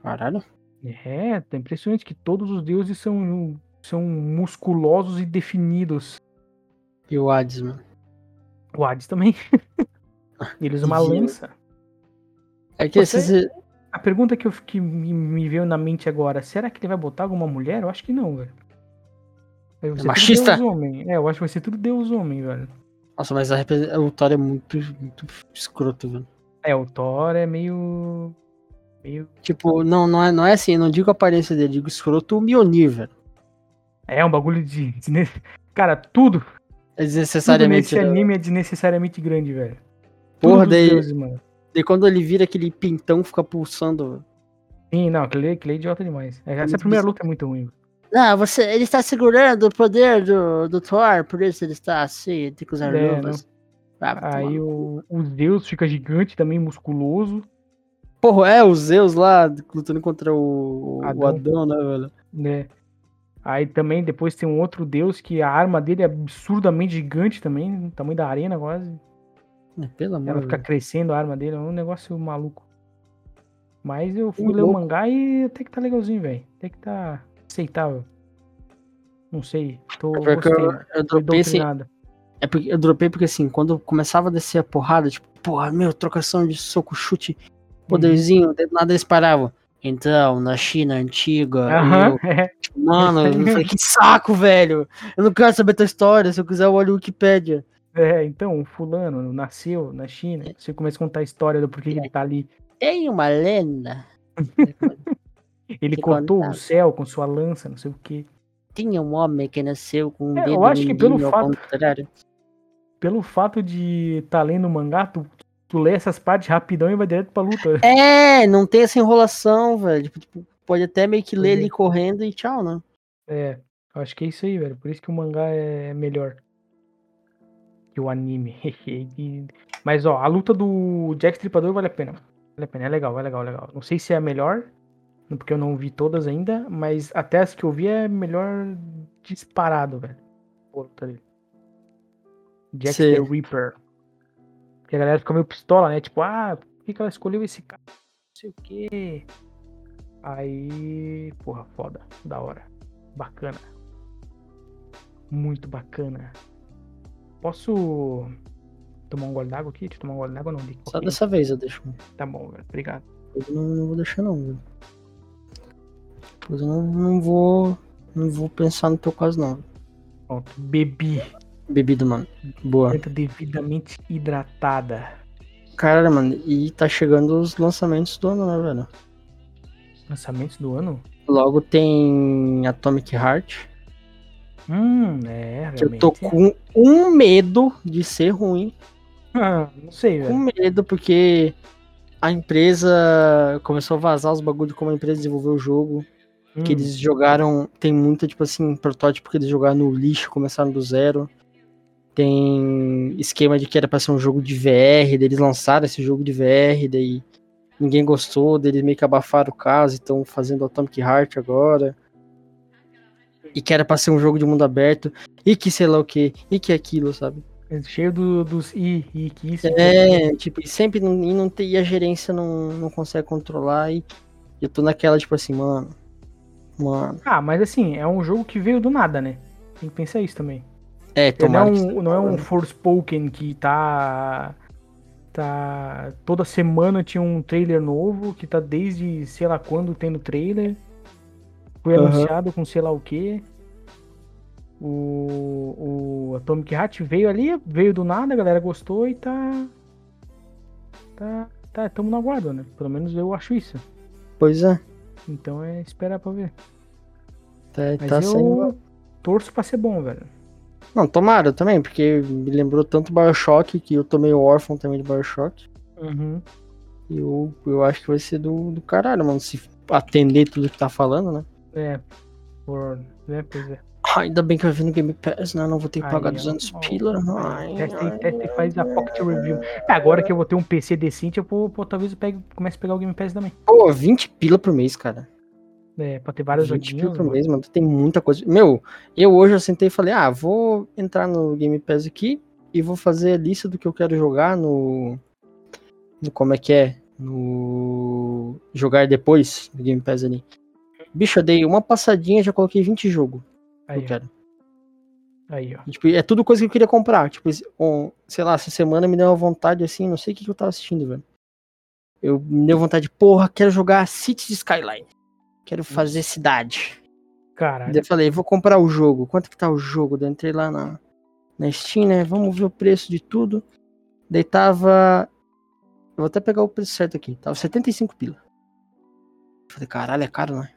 Speaker 2: Caralho.
Speaker 1: É, tá impressionante que todos os deuses são, são musculosos e definidos.
Speaker 2: E o Hades, mano.
Speaker 1: O Hades também. Eles usam uma
Speaker 2: Giro.
Speaker 1: lança.
Speaker 2: É que
Speaker 1: Você-
Speaker 2: esses.
Speaker 1: A pergunta que, eu, que me, me veio na mente agora, será que ele vai botar alguma mulher? Eu acho que não, velho. Vai ser tudo
Speaker 2: machista?
Speaker 1: Deus homem. É, eu acho que vai ser tudo Deus homem, velho.
Speaker 2: Nossa, mas a repre- o Thor é muito, muito escroto, velho.
Speaker 1: É, o Thor é meio. meio.
Speaker 2: Tipo, não, não é, não é assim, eu não digo a aparência dele, digo escroto o Mionir, velho.
Speaker 1: É um bagulho de. desne- Cara, tudo,
Speaker 2: É
Speaker 1: tudo nesse
Speaker 2: desnecessariamente. né?
Speaker 1: anime é desnecessariamente grande, velho.
Speaker 2: Porra,
Speaker 1: Todos os
Speaker 2: daí-
Speaker 1: deuses, mano.
Speaker 2: E quando ele vira aquele pintão, fica pulsando, velho.
Speaker 1: Sim, não, aquele, aquele é idiota demais. É, Essa
Speaker 2: muito
Speaker 1: primeira luta é muito ruim. velho.
Speaker 2: Ah, você, ele está segurando o poder do, do Thor, por isso ele está assim, tem que usar
Speaker 1: É,
Speaker 2: luvas. Ah, vai tomar
Speaker 1: Aí
Speaker 2: no cu.
Speaker 1: o, o Zeus fica gigante também, musculoso.
Speaker 2: Porra, é, o Zeus lá lutando contra o o Adão,
Speaker 1: Adão.
Speaker 2: né, velho?
Speaker 1: né? Aí também depois tem um outro deus que a arma dele é absurdamente gigante também, no tamanho da arena quase.
Speaker 2: É, Pelo amor
Speaker 1: Ela
Speaker 2: de
Speaker 1: fica
Speaker 2: Deus.
Speaker 1: crescendo a arma dele, é um negócio maluco. Mas eu fui
Speaker 2: Que
Speaker 1: ler o
Speaker 2: louco.
Speaker 1: mangá e até que tá legalzinho, velho. Até que tá aceitável. Não sei, tô
Speaker 2: É porque eu,
Speaker 1: gostei.
Speaker 2: eu
Speaker 1: Fui
Speaker 2: dropei assim,
Speaker 1: doutrinado.
Speaker 2: É porque eu dropei porque assim, quando começava a descer a porrada, tipo, porra, meu, trocação de soco, chute,
Speaker 1: Uhum.
Speaker 2: poderzinho, de nada eles paravam. Então, na China antiga,
Speaker 1: Aham,
Speaker 2: eu-
Speaker 1: é.
Speaker 2: tipo, mano, eu falei, que saco, velho. Eu não quero saber tua história, se eu quiser eu olho o Wikipedia.
Speaker 1: É, então, fulano nasceu na China.
Speaker 2: É.
Speaker 1: Você começa a contar a história do porquê que ele tá ali.
Speaker 2: Tem uma lenda.
Speaker 1: Ele
Speaker 2: Que
Speaker 1: cortou o
Speaker 2: contado.
Speaker 1: céu com sua lança, não sei o quê.
Speaker 2: Tinha um homem que nasceu com um
Speaker 1: É, eu
Speaker 2: dedo
Speaker 1: acho que pelo
Speaker 2: mindinho ao
Speaker 1: fato-
Speaker 2: contrário.
Speaker 1: pelo fato de tá lendo o mangá, tu, tu lê essas partes rapidão e vai direto pra luta.
Speaker 2: É, não tem essa enrolação, velho. Tipo, tipo, pode até meio que ler
Speaker 1: Pois é.
Speaker 2: ali correndo e tchau, né?
Speaker 1: É, eu acho que é isso aí, velho. Por isso que o mangá é melhor que o anime. E- Mas, ó, a luta do Jack Stripador vale a pena. Vale a pena, é legal, é legal, é legal. Não sei se é a melhor, porque eu não vi todas ainda, mas até as que eu vi é melhor disparado, velho. Boa luta dele. Jack
Speaker 2: Sei.
Speaker 1: the Reaper. Que a galera fica meio pistola, né? Tipo, ah, por que que ela escolheu esse cara? Não sei o quê. Aí, porra, foda. Da hora. Bacana. muito bacana. Posso tomar um gole d'água aqui? Deixa eu tomar um gole d'água, não. De
Speaker 2: Só
Speaker 1: coquinha.
Speaker 2: dessa vez eu deixo.
Speaker 1: Tá bom, velho. Obrigado.
Speaker 2: Eu não, não vou deixar não, velho. Depois eu não, não vou. Não vou pensar no teu caso não.
Speaker 1: Pronto. Bebi.
Speaker 2: Bebida, mano. Boa.
Speaker 1: Planta devidamente hidratada.
Speaker 2: Cara, mano, e tá chegando os lançamentos do ano, né, velho?
Speaker 1: Lançamentos do ano?
Speaker 2: Logo tem Atomic Heart.
Speaker 1: Hum, é,
Speaker 2: Que
Speaker 1: realmente.
Speaker 2: eu tô com um medo de ser ruim.
Speaker 1: Ah, não sei,
Speaker 2: Com
Speaker 1: velho.
Speaker 2: medo, porque a empresa começou a vazar os bagulhos de como a empresa desenvolveu o jogo. Que
Speaker 1: Hum,
Speaker 2: eles jogaram. Tem muita, tipo assim, protótipo que eles jogaram no lixo, começaram do zero. Tem esquema de que era pra ser um jogo de VR, daí eles lançaram esse jogo de VR, daí ninguém gostou, daí eles meio que abafaram o caso e estão fazendo Atomic Heart agora. E que era pra ser um jogo de mundo aberto, e que sei lá o que, e que aquilo, sabe?
Speaker 1: é Cheio do- dos i, i, que isso.
Speaker 2: É, tipo, e sempre não, e não tem, e a gerência não, não consegue controlar, e eu tô naquela, tipo assim, mano, mano.
Speaker 1: Ah, mas assim, é um jogo que veio do nada, né? Tem que pensar isso também.
Speaker 2: É,
Speaker 1: Ele não é
Speaker 2: tomara que
Speaker 1: um, não é um Forspoken que tá. Tá. Toda semana tinha um trailer novo, que tá desde sei lá quando tendo trailer. Foi
Speaker 2: Aham.
Speaker 1: anunciado com sei lá o quê. O, o Atomic Heart veio ali, veio do nada, a galera gostou e tá. Tá. Tá, estamos na guarda, né? Pelo menos eu acho isso.
Speaker 2: Pois é,
Speaker 1: Então é esperar pra ver.
Speaker 2: tá,
Speaker 1: Mas
Speaker 2: tá
Speaker 1: eu
Speaker 2: saindo.
Speaker 1: torço pra ser bom, velho.
Speaker 2: Não, tomara também, porque me lembrou tanto Bioshock que eu tomei o órfão também de Bioshock.
Speaker 1: Uhum.
Speaker 2: E eu, eu acho que vai ser do, do caralho, mano, se atender tudo que tá falando, né?
Speaker 1: É. Por, né? Pois é.
Speaker 2: Ah, ainda bem que vai vir no Game Pass, né? Não vou ter que
Speaker 1: Aí,
Speaker 2: pagar
Speaker 1: ó.
Speaker 2: 200
Speaker 1: Ó,
Speaker 2: pila. Ai,
Speaker 1: Testa
Speaker 2: ai,
Speaker 1: aí, testa e faz a pocket review. É, agora que eu vou ter um PC decente, eu vou, pô, talvez eu pegue, comece a pegar o Game Pass também.
Speaker 2: Pô, 20 pila por mês, cara.
Speaker 1: É, pra ter vários
Speaker 2: 20
Speaker 1: joguinhos.
Speaker 2: pila por
Speaker 1: mano.
Speaker 2: mês, mano. Tem muita coisa. Meu, eu hoje eu sentei e falei, ah, vou entrar no Game Pass aqui e vou fazer a lista do que eu quero jogar no. no como é que é? No. Jogar depois do Game Pass ali. Bicho, eu dei uma passadinha já coloquei 20 jogos que
Speaker 1: Aí,
Speaker 2: eu quero.
Speaker 1: ó, aí, ó.
Speaker 2: E, tipo, é tudo coisa que eu queria comprar. Tipo, esse- um, sei lá, essa semana me deu uma vontade assim, não sei o que, que eu tava assistindo, velho. Eu me deu vontade, porra, quero jogar Cities Skyline. Quero fazer cidade.
Speaker 1: Caralho.
Speaker 2: Daí eu falei, vou comprar o jogo. Quanto que tá o jogo? Daí eu entrei lá na, na Steam, né? Vamos ver o preço de tudo. Daí tava. Eu vou até pegar o preço certo aqui. Tava 75 pila. Eu Falei, caralho, é caro, né?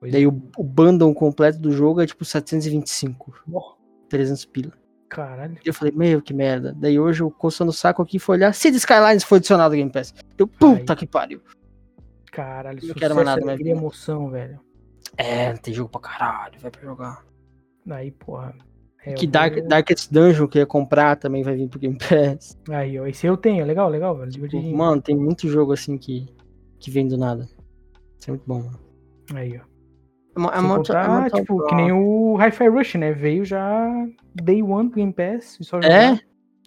Speaker 1: Pois
Speaker 2: Daí o, o bundle completo do jogo é tipo 725.
Speaker 1: Ó.
Speaker 2: 300 pila.
Speaker 1: Caralho.
Speaker 2: Daí eu falei, meu, que merda. Daí hoje eu coçando o saco aqui fui olhar. City Skylines foi adicionado ao Game Pass. Eu, puta que pariu.
Speaker 1: Caralho.
Speaker 2: Não quero mais nada, mas-
Speaker 1: alegria, emoção, velho.
Speaker 2: É, tem jogo pra caralho, vai pra jogar.
Speaker 1: Aí, porra. É,
Speaker 2: que
Speaker 1: eu
Speaker 2: Dark,
Speaker 1: vou-
Speaker 2: Darkest Dungeon que eu ia comprar também vai vir pro Game Pass.
Speaker 1: Aí, ó. Esse eu tenho. é Legal, legal, velho. Divertidinho.
Speaker 2: Tipo, Mano, tem muito jogo assim que, que vem do nada. Isso é muito bom, mano.
Speaker 1: Aí, ó.
Speaker 2: É uma- é
Speaker 1: Sem
Speaker 2: uma-
Speaker 1: contar,
Speaker 2: é uma-
Speaker 1: tipo, que nem o Hi-Fi Rush, né? Veio já Day One do Game Pass. e Só
Speaker 2: É?
Speaker 1: jogar.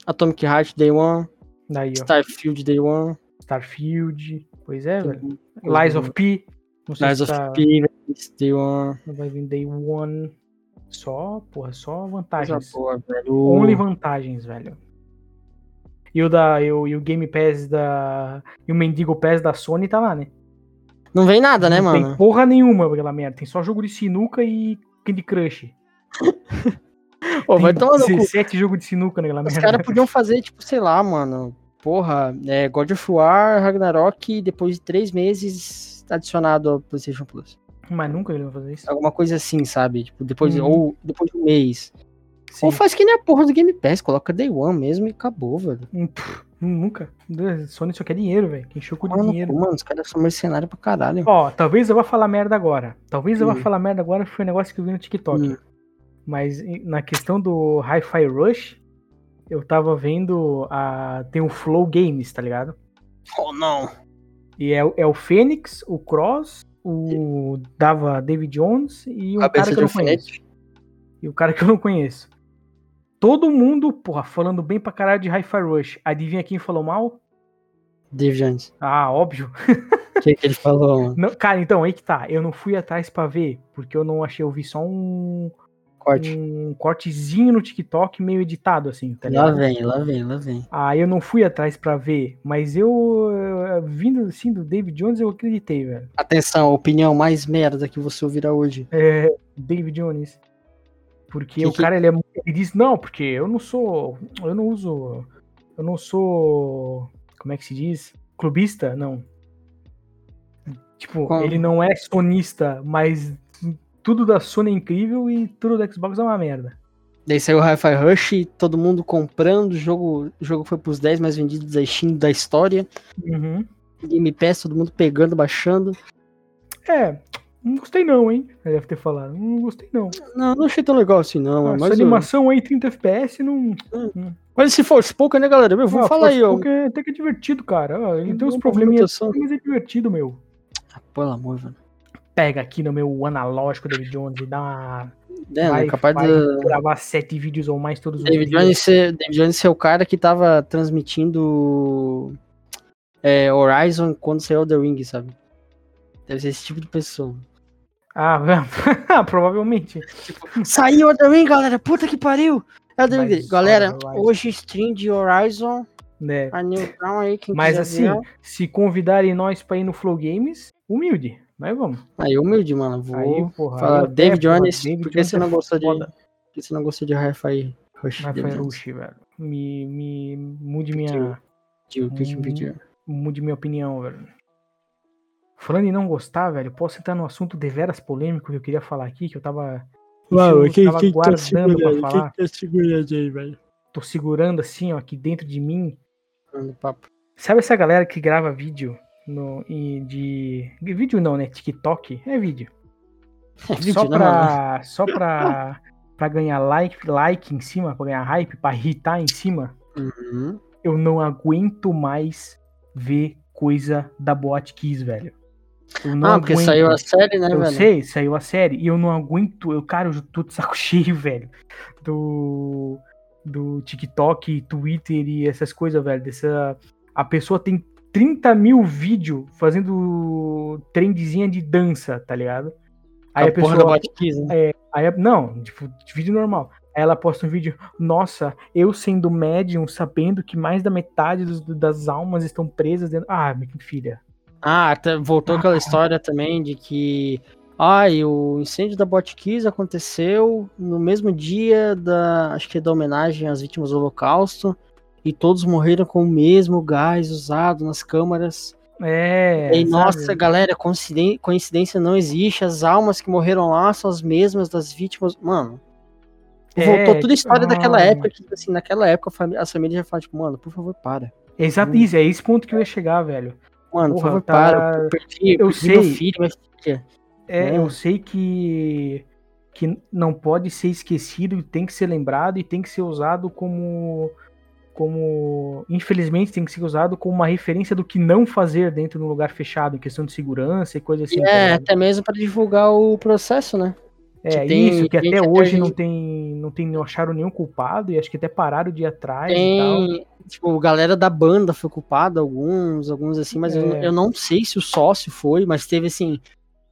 Speaker 2: Atomic Heart Day One,
Speaker 1: Daí, ó.
Speaker 2: Starfield Day One,
Speaker 1: Starfield. Pois é, velho.
Speaker 2: tem
Speaker 1: Lies of P. Não sei
Speaker 2: Lies
Speaker 1: se
Speaker 2: of
Speaker 1: tá-
Speaker 2: P, Day One.
Speaker 1: Não Vai vir Day One. Só, porra, só
Speaker 2: Coisa
Speaker 1: vantagens.
Speaker 2: boa, velho.
Speaker 1: Ah, Only vantagens, velho. E o, da, e, o, e o Game Pass da. E o Mendigo Pass da Sony tá lá, né?
Speaker 2: Não vem nada, né,
Speaker 1: Não
Speaker 2: mano?
Speaker 1: Tem porra nenhuma pra aquela merda. Tem só jogo de sinuca e Candy Crush.
Speaker 2: Ô, vai
Speaker 1: Tem
Speaker 2: tomar no cu.
Speaker 1: 17 jogos de sinuca naquela
Speaker 2: Os
Speaker 1: merda.
Speaker 2: caras podiam fazer, tipo, sei lá, mano. Porra, é, God of War, Ragnarok, depois de três meses adicionado ao PlayStation Plus.
Speaker 1: Mas nunca eles vão fazer isso.
Speaker 2: Alguma coisa assim, sabe? Tipo, depois,
Speaker 1: Uhum.
Speaker 2: ou depois de um mês.
Speaker 1: Sim.
Speaker 2: Ou faz que nem a porra do Game Pass, coloca Day One mesmo e acabou, velho.
Speaker 1: Hum, pff, Nunca. Sony só quer dinheiro, velho. Quem chuca de
Speaker 2: Mano,
Speaker 1: dinheiro.
Speaker 2: mano, os caras são mercenários pra caralho.
Speaker 1: Ó, talvez eu vá falar merda agora. Talvez eu vá
Speaker 2: Hum.
Speaker 1: falar merda agora, foi um negócio que eu vi no TikTok.
Speaker 2: Hum.
Speaker 1: Mas em- na questão do Hi-Fi Rush, eu tava vendo a tem o Flow Games, tá ligado?
Speaker 2: Oh, não.
Speaker 1: E é, o- é o Fênix, o Cross, o dava David Jones e um
Speaker 2: Cabeça
Speaker 1: cara que eu
Speaker 2: de
Speaker 1: não conheço.
Speaker 2: alfinete.
Speaker 1: E o cara que eu não conheço. Todo mundo, porra, falando bem pra caralho de Hi-Fi Rush. Adivinha quem falou mal?
Speaker 2: Dave Jones.
Speaker 1: Ah, óbvio.
Speaker 2: O que, que ele falou, mano?
Speaker 1: Não, cara, então, aí que tá. Eu não fui atrás pra ver, porque eu não achei, eu vi só um,
Speaker 2: corte.
Speaker 1: um cortezinho no TikTok meio editado, assim, tá
Speaker 2: Lá
Speaker 1: ligado?
Speaker 2: vem, lá vem, lá vem.
Speaker 1: Aí eu não fui atrás pra ver, mas eu, eh, vindo assim do David Jones, eu acreditei, velho.
Speaker 2: Atenção, a opinião mais merda que você ouvirá hoje.
Speaker 1: É, David Jones. Porque
Speaker 2: Que
Speaker 1: o
Speaker 2: que-
Speaker 1: cara, ele, é, mu- ele diz, não, porque eu não sou, eu não uso, eu não sou, como é que se diz? Clubista? Não. Tipo,
Speaker 2: Qual?
Speaker 1: ele não é sonista, mas tudo da Sony é incrível e tudo da Xbox é uma merda.
Speaker 2: Daí saiu o Hi-Fi Rush, todo mundo comprando, o jogo, o jogo foi pros 10 mais vendidos da Steam da história.
Speaker 1: Uhum.
Speaker 2: Game Pass, todo mundo pegando, baixando.
Speaker 1: É, não gostei não, hein? Ele deve ter falado, não gostei não.
Speaker 2: Não, não achei tão legal assim, não.
Speaker 1: Ah,
Speaker 2: é
Speaker 1: Essa
Speaker 2: mais um-
Speaker 1: animação aí, 30 FPS, não...
Speaker 2: Mas se for pouco, né, galera? Meu, vamos
Speaker 1: Ah,
Speaker 2: falar aí, ó.
Speaker 1: Forspoken é até que é divertido, cara. Ah, Ele tem uns
Speaker 2: Boa
Speaker 1: probleminhas,
Speaker 2: movimentação.
Speaker 1: mas é divertido, meu.
Speaker 2: Ah, Pelo amor, velho.
Speaker 1: pega aqui no meu analógico David Jones e dá uma.
Speaker 2: É, não é capaz
Speaker 1: vai
Speaker 2: de.
Speaker 1: gravar sete vídeos ou mais todos os
Speaker 2: David
Speaker 1: dias.
Speaker 2: Jones, ser, David Jones ser o cara que tava transmitindo é, Horizon quando saiu The Ring, sabe? Deve ser esse tipo de pessoa.
Speaker 1: Ah, velho, provavelmente.
Speaker 2: Saiu The Ring, galera! Puta que pariu! É o The
Speaker 1: Mas
Speaker 2: Ring.
Speaker 1: só
Speaker 2: Galera,
Speaker 1: Horizon.
Speaker 2: hoje stream de Horizon,
Speaker 1: Né?
Speaker 2: a New Dawn aí, quem
Speaker 1: Mas
Speaker 2: quiser
Speaker 1: assim,
Speaker 2: ver.
Speaker 1: se convidarem nós pra ir no Flow Games, humilde. Nós vamos.
Speaker 2: Aí, humilde, mano. Vou
Speaker 1: Aí, porra.
Speaker 2: falar,
Speaker 1: aí até,
Speaker 2: David
Speaker 1: porra,
Speaker 2: Jones,
Speaker 1: David
Speaker 2: por que
Speaker 1: Jones é
Speaker 2: você não gostou de...
Speaker 1: foda.
Speaker 2: Por que você não gostou de Hi-Fi Rush?
Speaker 1: Mas foi
Speaker 2: David Jones?
Speaker 1: Rush, velho. Me, me mude
Speaker 2: Pediu.
Speaker 1: minha,
Speaker 2: Tio, o que te
Speaker 1: Hum.
Speaker 2: pediu?
Speaker 1: mude minha opinião, velho. Falando em não gostar, velho, posso entrar num assunto deveras polêmico que eu queria falar aqui, que eu tava.
Speaker 2: Uau,
Speaker 1: eu
Speaker 2: quem,
Speaker 1: tava
Speaker 2: quem que tá
Speaker 1: guardando pra
Speaker 2: segurando? Quem
Speaker 1: falar.
Speaker 2: que tá segurando aí, velho?
Speaker 1: Tô segurando assim, ó, aqui dentro de mim.
Speaker 2: Falando papo.
Speaker 1: Sabe essa galera que grava vídeo no, e de. Vídeo não, né? TikTok? É vídeo. só
Speaker 2: Vídeo, né, mano?
Speaker 1: pra. Só pra. pra ganhar like, like em cima, pra ganhar hype, pra irritar em cima.
Speaker 2: Uhum.
Speaker 1: Eu não aguento mais ver coisa da Boate Kiss, velho. Eu não
Speaker 2: Ah, porque
Speaker 1: aguento.
Speaker 2: saiu a série, né,
Speaker 1: Eu
Speaker 2: velho?
Speaker 1: sei, saiu a série. E eu não aguento. Eu, cara, eu já tô de saco cheio, velho. Do. Do TikTok, Twitter e essas coisas, velho. Dessa. A pessoa tem 30 mil vídeos fazendo trendezinha de dança, tá ligado? Aí a,
Speaker 2: a porra
Speaker 1: pessoa.
Speaker 2: da Batkiss, né?
Speaker 1: Aí, a- não, tipo, de vídeo normal. Aí ela posta um vídeo, nossa, eu sendo médium, sabendo que mais da metade dos- das almas estão presas dentro. Ah, minha filha.
Speaker 2: Ah, tá- voltou aquela história também de que. Ai, o incêndio da Botkiss aconteceu no mesmo dia da. Acho que é da homenagem às vítimas do Holocausto. E todos morreram com o mesmo gás usado nas câmaras.
Speaker 1: É.
Speaker 2: e aí,
Speaker 1: sabe?
Speaker 2: nossa, galera, coinciden- coincidência não existe. As almas que morreram lá são as mesmas das vítimas. Mano.
Speaker 1: É,
Speaker 2: voltou toda a história daquela
Speaker 1: ah.
Speaker 2: época. Que, assim, naquela época a famí- as famílias já falam, tipo, mano, por favor, para.
Speaker 1: Exato, isso, é esse ponto que eu ia chegar, velho.
Speaker 2: hum. Mano, por
Speaker 1: Porra,
Speaker 2: favor,
Speaker 1: tá-
Speaker 2: para. Eu perdi,
Speaker 1: eu
Speaker 2: eu perdi meu
Speaker 1: sei.
Speaker 2: filho, minha filha.
Speaker 1: É,
Speaker 2: É.
Speaker 1: eu sei que, que não pode ser esquecido, e tem que ser lembrado e tem que ser usado como. como. Infelizmente tem que ser usado como uma referência do que não fazer dentro de um lugar fechado, em questão de segurança e coisa assim. tá
Speaker 2: é,
Speaker 1: ligado?
Speaker 2: até mesmo pra divulgar o processo, né?
Speaker 1: É,
Speaker 2: que tem
Speaker 1: isso, que
Speaker 2: gente
Speaker 1: até
Speaker 2: até
Speaker 1: hoje
Speaker 2: hoje-
Speaker 1: não tem. não tem, não acharam nenhum culpado, e acho que até pararam de ir atrás e tal.
Speaker 2: Tem, tipo, galera da banda foi culpada, alguns, alguns assim, mas eu,
Speaker 1: É.
Speaker 2: eu não sei se o sócio foi, mas teve, assim,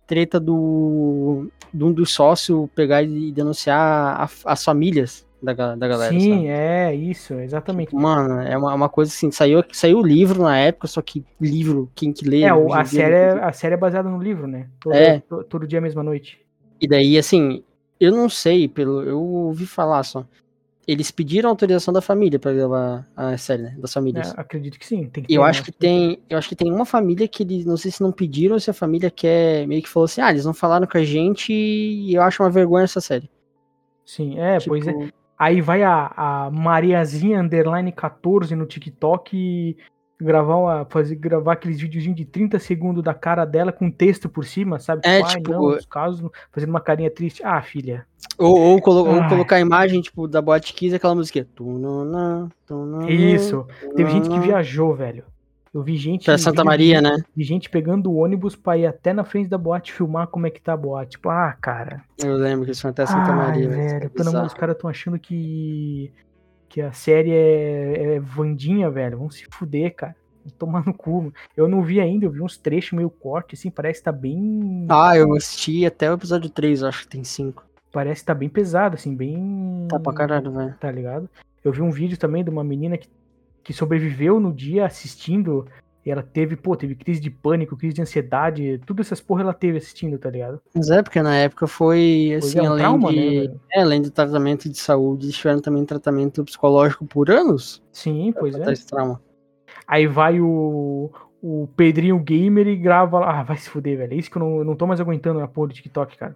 Speaker 2: treta do, de um dos sócios pegar e denunciar a- as famílias da, ga- da galera,
Speaker 1: Sim,
Speaker 2: sabe?
Speaker 1: é, isso, exatamente.
Speaker 2: Mano, é uma, uma coisa assim, saiu, saiu o livro na época, só que livro, quem que lê...
Speaker 1: É, o-
Speaker 2: hoje em
Speaker 1: a
Speaker 2: dia,
Speaker 1: série,
Speaker 2: né?
Speaker 1: é- a série é baseada no livro, né? Todo,
Speaker 2: É.
Speaker 1: to- todo dia, mesma noite.
Speaker 2: E daí, assim, eu não sei, pelo. Eu ouvi falar só. Eles pediram autorização da família pra gravar a série, né? Das
Speaker 1: né?
Speaker 2: famílias.
Speaker 1: Acredito que sim. Tem que
Speaker 2: E eu
Speaker 1: ter,
Speaker 2: acho
Speaker 1: né?
Speaker 2: que tem. Eu acho que tem uma família que eles. Não sei se não pediram ou se a família quer. Meio que falou assim, ah, eles não falaram com a gente e eu acho uma vergonha essa série.
Speaker 1: Sim, é,
Speaker 2: tipo
Speaker 1: pois é. Aí vai a, a Mariazinha Underline 14 no TikTok e gravar, uma, fazer, gravar aqueles videozinhos de 30 segundos da cara dela com texto por cima, sabe?
Speaker 2: É,
Speaker 1: "Ai,
Speaker 2: tipo-
Speaker 1: não, os casos, fazendo uma carinha triste. Ah, filha.
Speaker 2: Ou, ou, colo- ou
Speaker 1: Ai.
Speaker 2: colocar a imagem, tipo, da Boate Kiss, aquela musiquinha. Tunanã, tunanã,
Speaker 1: é Isso. Teve gente que
Speaker 2: tunanã.
Speaker 1: viajou, velho. Eu vi gente.
Speaker 2: Pra Santa
Speaker 1: vi-
Speaker 2: Maria, né?
Speaker 1: Vi gente pegando o ônibus pra ir até na frente da boate filmar como é que tá a boate. Tipo, ah, cara.
Speaker 2: Eu lembro que eles foram até Santa
Speaker 1: Ai,
Speaker 2: Maria. né?
Speaker 1: velho, pelo amor
Speaker 2: Bizarro.
Speaker 1: dos caras estão achando que que a série é, é Vandinha, velho. Vão se fuder, cara. Vão Tomar no cu. Eu não vi ainda, eu vi uns trechos meio corte, assim, parece que tá bem.
Speaker 2: Ah, eu assisti até o episódio 3, eu acho que tem 5.
Speaker 1: parece que tá bem pesado, assim, bem.
Speaker 2: Tá pra caralho, velho.
Speaker 1: Tá ligado? Eu vi um vídeo também de uma menina que, que sobreviveu no dia assistindo. E ela teve, pô, teve crise de pânico, crise de ansiedade, tudo essas porra ela teve assistindo, tá ligado?
Speaker 2: Mas é, porque na época foi,
Speaker 1: Pois
Speaker 2: assim,
Speaker 1: é, um
Speaker 2: além,
Speaker 1: trauma, né,
Speaker 2: de,
Speaker 1: velho?
Speaker 2: é, além do tratamento de saúde, eles tiveram também tratamento psicológico por anos.
Speaker 1: Sim, pois
Speaker 2: pra
Speaker 1: é.
Speaker 2: tratar esse trauma.
Speaker 1: Aí vai o, o Pedrinho Gamer e grava lá. Ah, vai se fuder, velho. É isso que eu não, eu não tô mais aguentando a porra do TikTok, cara.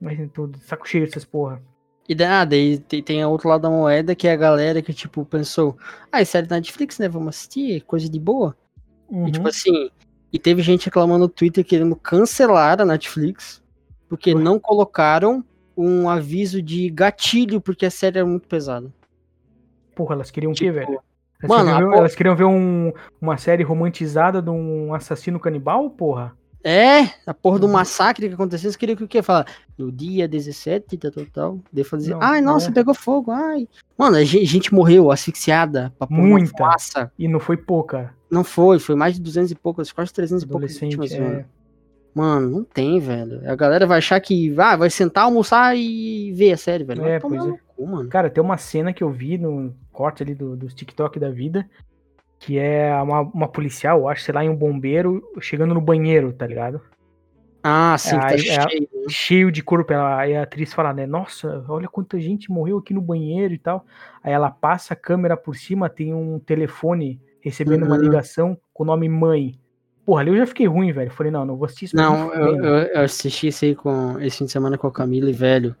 Speaker 1: Mas eu tô de saco cheio dessas porra.
Speaker 2: E daí, ah, daí tem, tem outro lado da moeda, que é a galera que, tipo, pensou, ah, é série da Netflix, né, vamos assistir, coisa de boa.
Speaker 1: Uhum.
Speaker 2: E, tipo assim, e teve gente reclamando no Twitter querendo cancelar a Netflix, porque
Speaker 1: Ué.
Speaker 2: não colocaram um aviso de gatilho, porque a série era muito pesada.
Speaker 1: Porra, elas queriam o quê,
Speaker 2: Tipo,
Speaker 1: velho? Elas,
Speaker 2: mano,
Speaker 1: queriam,
Speaker 2: a
Speaker 1: ver,
Speaker 2: porra-
Speaker 1: elas queriam ver um- uma série romantizada de um assassino canibal, porra?
Speaker 2: É, a porra do
Speaker 1: Uhum.
Speaker 2: massacre que aconteceu, eles queriam que o quê? Falar, no dia 17, tal, tal, tal. Daí fazer,
Speaker 1: Não,
Speaker 2: ai,
Speaker 1: não
Speaker 2: nossa,
Speaker 1: é.
Speaker 2: pegou fogo, ai. Mano, a gente, gente morreu asfixiada, pra pôr uma
Speaker 1: Muita.
Speaker 2: fumaça.
Speaker 1: E não foi pouca.
Speaker 2: Não foi, foi mais de 200 e poucas, quase 300 e poucas
Speaker 1: Adolescente.
Speaker 2: vítimas, né?
Speaker 1: é.
Speaker 2: mano. Mano, não tem, velho. A galera vai achar que ah, vai sentar, almoçar e ver a série, velho.
Speaker 1: É,
Speaker 2: Vai tomar
Speaker 1: pois é.
Speaker 2: no cu, mano.
Speaker 1: Cara, tem uma cena que eu vi no corte ali do- dos TikTok da vida, que é uma, uma policial, eu acho, sei lá, e um bombeiro chegando no banheiro, tá ligado?
Speaker 2: Ah, sim, que tá
Speaker 1: Aí, é-
Speaker 2: cheio. né?
Speaker 1: Cheio de corpo. Ela, aí a atriz fala, né? Nossa, olha quanta gente morreu aqui no banheiro e tal. Aí ela passa a câmera por cima, tem um telefone recebendo uma
Speaker 2: Uhum.
Speaker 1: ligação com o nome mãe. Porra, ali eu já fiquei ruim, velho. Falei, não, não vou assistir isso.
Speaker 2: Não,
Speaker 1: nem
Speaker 2: eu,
Speaker 1: fudendo.
Speaker 2: eu- eu assisti isso aí com, esse fim de semana com a Camila e, velho,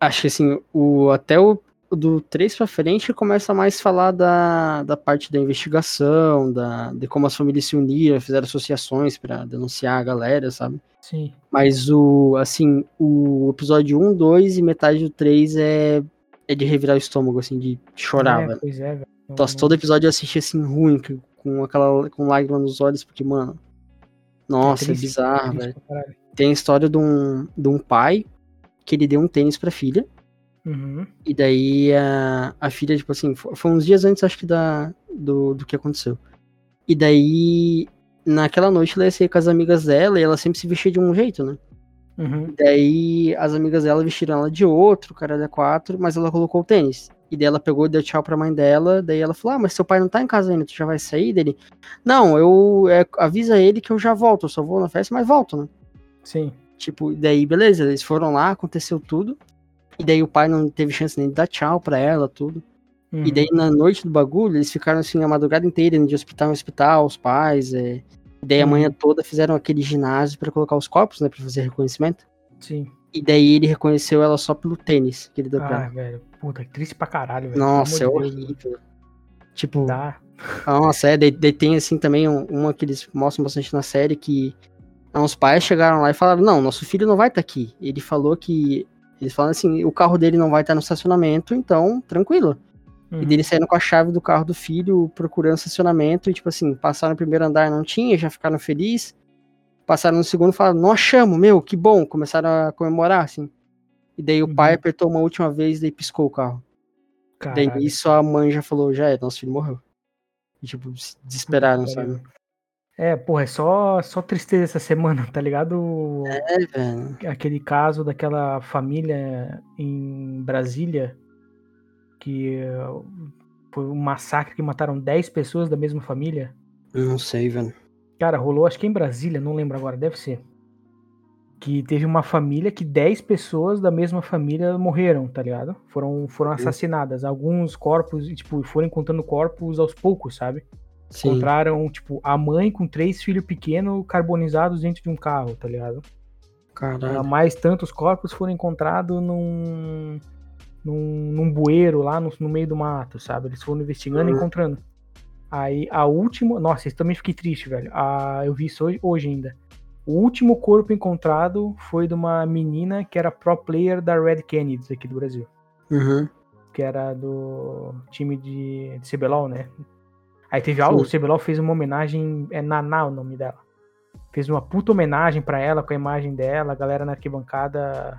Speaker 2: acho que assim, o, até o do 3 pra frente começa mais a falar da, da parte da investigação, da, de como as famílias se uniram, fizeram associações pra denunciar a galera, sabe?
Speaker 1: Sim.
Speaker 2: Mas o, assim, o episódio 1, 2 e metade do 3 é, é de revirar o estômago, assim, de chorar,
Speaker 1: É,
Speaker 2: velho.
Speaker 1: pois é, velho. Não-
Speaker 2: Nossa, todo episódio eu assisti assim ruim, que- com aquela com lágrima nos olhos, porque, mano. Nossa, é,
Speaker 1: triste,
Speaker 2: bizarro,
Speaker 1: triste
Speaker 2: velho.
Speaker 1: pra caralho.
Speaker 2: Tem a história de um, de um pai que ele deu um tênis pra filha.
Speaker 1: Uhum.
Speaker 2: E daí a, a filha, tipo assim, fo- foi uns dias antes, acho que, da, do, do que aconteceu. E daí, naquela noite, ela ia sair com as amigas dela e ela sempre se vestia de um jeito, né?
Speaker 1: Uhum.
Speaker 2: Daí as amigas dela vestiram ela de outro, cara da quatro, mas ela colocou o tênis. E daí ela pegou e deu tchau pra mãe dela. Daí ela falou: Ah, mas seu pai não tá em casa ainda, tu já vai sair dele? Não, eu é, avisa ele que eu já volto, eu só vou na festa, mas volto, né?
Speaker 1: Sim.
Speaker 2: Tipo, e daí beleza, eles foram lá, aconteceu tudo. E daí o pai não teve chance nem de dar tchau pra ela, tudo. E
Speaker 1: Uhum.
Speaker 2: daí na noite do bagulho, eles ficaram assim a madrugada inteira, indo de hospital em hospital, os pais. É... E daí a
Speaker 1: Uhum.
Speaker 2: manhã toda fizeram aquele ginásio pra colocar os corpos, né, pra fazer reconhecimento.
Speaker 1: Sim.
Speaker 2: E daí ele reconheceu ela só pelo tênis que ele deu pra
Speaker 1: Ah,
Speaker 2: ela.
Speaker 1: velho. Puta, que triste pra caralho, velho.
Speaker 2: Nossa, é
Speaker 1: Pelo amor de Deus,
Speaker 2: horrível. Tipo,
Speaker 1: mano. Dá.
Speaker 2: nossa, é, daí, daí tem assim também um- uma que eles mostram bastante na série que ah, uns pais chegaram lá e falaram, não, nosso filho não vai estar aqui. Ele falou que. Eles falaram assim, o carro dele não vai estar no estacionamento, então, tranquilo. E
Speaker 1: Uhum.
Speaker 2: dele saindo com a chave do carro do filho, procurando estacionamento, e tipo assim, passaram no primeiro andar, não tinha, já ficaram felizes. Passaram no segundo, falaram, não achamos, meu, que bom, começaram a comemorar, assim. E daí o
Speaker 1: Uhum.
Speaker 2: pai apertou uma última vez, daí piscou o carro.
Speaker 1: Caralho.
Speaker 2: Daí nisso a mãe já falou, já é, nosso filho morreu. E, tipo, se desesperaram,
Speaker 1: Puta que
Speaker 2: sabe?
Speaker 1: É, porra, é só, só tristeza essa semana, tá ligado?
Speaker 2: É, velho.
Speaker 1: Aquele caso daquela família em Brasília que eh, foi um massacre que mataram 10 pessoas da mesma família.
Speaker 2: Eu Não sei, velho.
Speaker 1: Cara, rolou, acho que em Brasília, não lembro agora, deve ser. Que teve uma família que 10 pessoas da mesma família morreram, tá ligado? Foram, foram assassinadas. Alguns corpos, e, tipo, foram encontrando corpos aos poucos, sabe?
Speaker 2: Sim.
Speaker 1: Encontraram, tipo, a mãe com três filhos pequenos carbonizados dentro de um carro, tá ligado? Ah,
Speaker 2: Caralho.
Speaker 1: Mais tantos corpos foram encontrados num, num, num bueiro lá no, no meio do mato, sabe? Eles foram investigando e
Speaker 2: Uhum.
Speaker 1: encontrando. Aí a última. Nossa, isso também fiquei triste, velho. Ah, eu vi isso hoje, hoje ainda. O último corpo encontrado foi de uma menina que era pro player da Red Canids aqui do Brasil
Speaker 2: Uhum.
Speaker 1: que era do time de, de CBLOL, né? Aí teve algo, o
Speaker 2: Sim.
Speaker 1: CBLOL fez uma homenagem, é Naná o nome dela. Fez uma puta homenagem pra ela com a imagem dela, a galera na arquibancada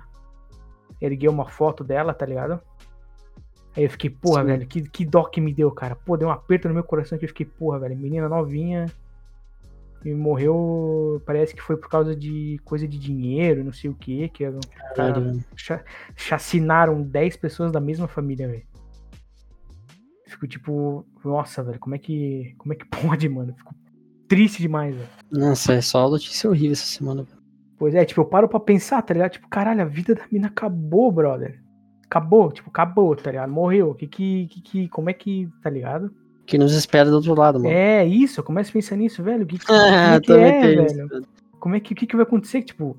Speaker 1: ergueu uma foto dela, tá ligado? Aí eu fiquei, porra,
Speaker 2: Sim.
Speaker 1: velho, que, que dó que me deu, cara. Pô, deu um aperto no meu coração que eu fiquei, porra, velho, menina novinha E morreu, parece que foi por causa de coisa de dinheiro, não sei o quê, que. era um cara-
Speaker 2: Caralho, velho.
Speaker 1: cha- chacinaram 10 pessoas da mesma família, velho. Fico tipo, nossa, velho, como é que. Como é que pode, mano? Fico triste demais, velho.
Speaker 2: Nossa, é só notícia horrível essa semana. velho.
Speaker 1: Pois é, tipo, eu paro pra pensar, tá ligado? Tipo, caralho, a vida da mina acabou, brother. Acabou, tipo, acabou, tá ligado? Morreu. Que que. que, que como é que. Tá ligado?
Speaker 2: Que nos espera do outro lado, mano.
Speaker 1: É isso, eu começo a pensar nisso, velho. Que, que, como
Speaker 2: Ah,
Speaker 1: é que
Speaker 2: também
Speaker 1: é,
Speaker 2: tem
Speaker 1: velho?
Speaker 2: isso, velho.
Speaker 1: Como é que. O que, que vai acontecer? Tipo,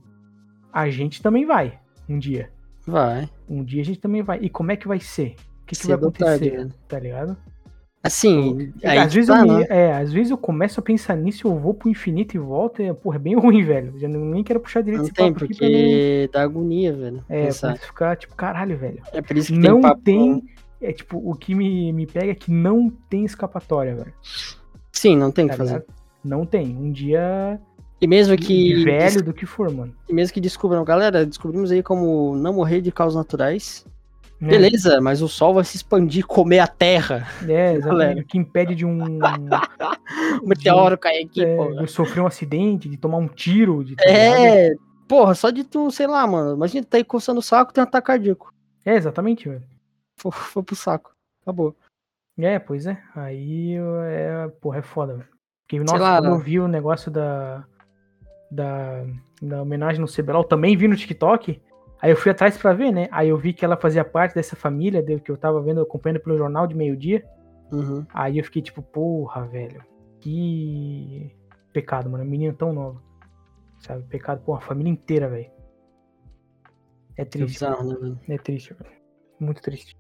Speaker 1: a gente também vai um dia.
Speaker 2: Vai.
Speaker 1: Um dia a gente também vai. E como é que vai ser? O que, que vai
Speaker 2: cedo ou tarde,
Speaker 1: acontecer?
Speaker 2: velho.
Speaker 1: tá ligado?
Speaker 2: Assim,
Speaker 1: E,
Speaker 2: aí
Speaker 1: às,
Speaker 2: que
Speaker 1: vezes
Speaker 2: tá,
Speaker 1: eu me-
Speaker 2: né?
Speaker 1: é, às vezes eu começo a pensar nisso, eu vou pro infinito e volto, e, porra, é bem ruim, velho. Já não- nem quero puxar direito
Speaker 2: Não
Speaker 1: esse
Speaker 2: tem,
Speaker 1: papo aqui pra não-
Speaker 2: porque dá agonia, velho.
Speaker 1: É,
Speaker 2: pensar.
Speaker 1: começa a ficar tipo, caralho, velho.
Speaker 2: É por isso que
Speaker 1: Não
Speaker 2: tem papo. né?
Speaker 1: tem. É tipo, o que me, me pega é que não tem escapatória, velho.
Speaker 2: Sim, não tem o
Speaker 1: tá
Speaker 2: que fazer.
Speaker 1: ligado? Não tem. Um dia
Speaker 2: E mesmo
Speaker 1: de
Speaker 2: que.
Speaker 1: velho do que for, mano.
Speaker 2: E mesmo que descubram, galera, descobrimos aí como não morrer de causas naturais.
Speaker 1: Né?
Speaker 2: Beleza, mas o sol vai se expandir, comer a terra.
Speaker 1: É, exatamente.
Speaker 2: Galera.
Speaker 1: O que impede de um.
Speaker 2: O meteoro cair aqui,
Speaker 1: de, é,
Speaker 2: pô.
Speaker 1: de sofrer um acidente, de tomar um tiro. De, tá ligado?
Speaker 2: É, porra, só de tu, sei lá, mano. Imagina tu tá aí coçando o saco, tem um ataque cardíaco.
Speaker 1: é, exatamente, velho.
Speaker 2: Foi, foi pro saco. Acabou.
Speaker 1: É, pois é. Aí eu- é, porra, é foda, velho. Porque, nossa,
Speaker 2: lá,
Speaker 1: quando
Speaker 2: né?
Speaker 1: eu vi o negócio da. Da. Da homenagem no CBLOL, também vi no TikTok. Aí eu fui atrás pra ver, né? Aí eu vi que ela fazia parte dessa família de- que eu tava vendo, acompanhando pelo jornal de meio-dia.
Speaker 2: Uhum.
Speaker 1: Aí eu fiquei tipo, porra, velho. Que pecado, mano. A menina tão nova. Sabe? Pecado, porra, a família inteira, velho. É
Speaker 2: Que
Speaker 1: triste.
Speaker 2: bizarro, né, velho?
Speaker 1: É triste, velho. Muito triste.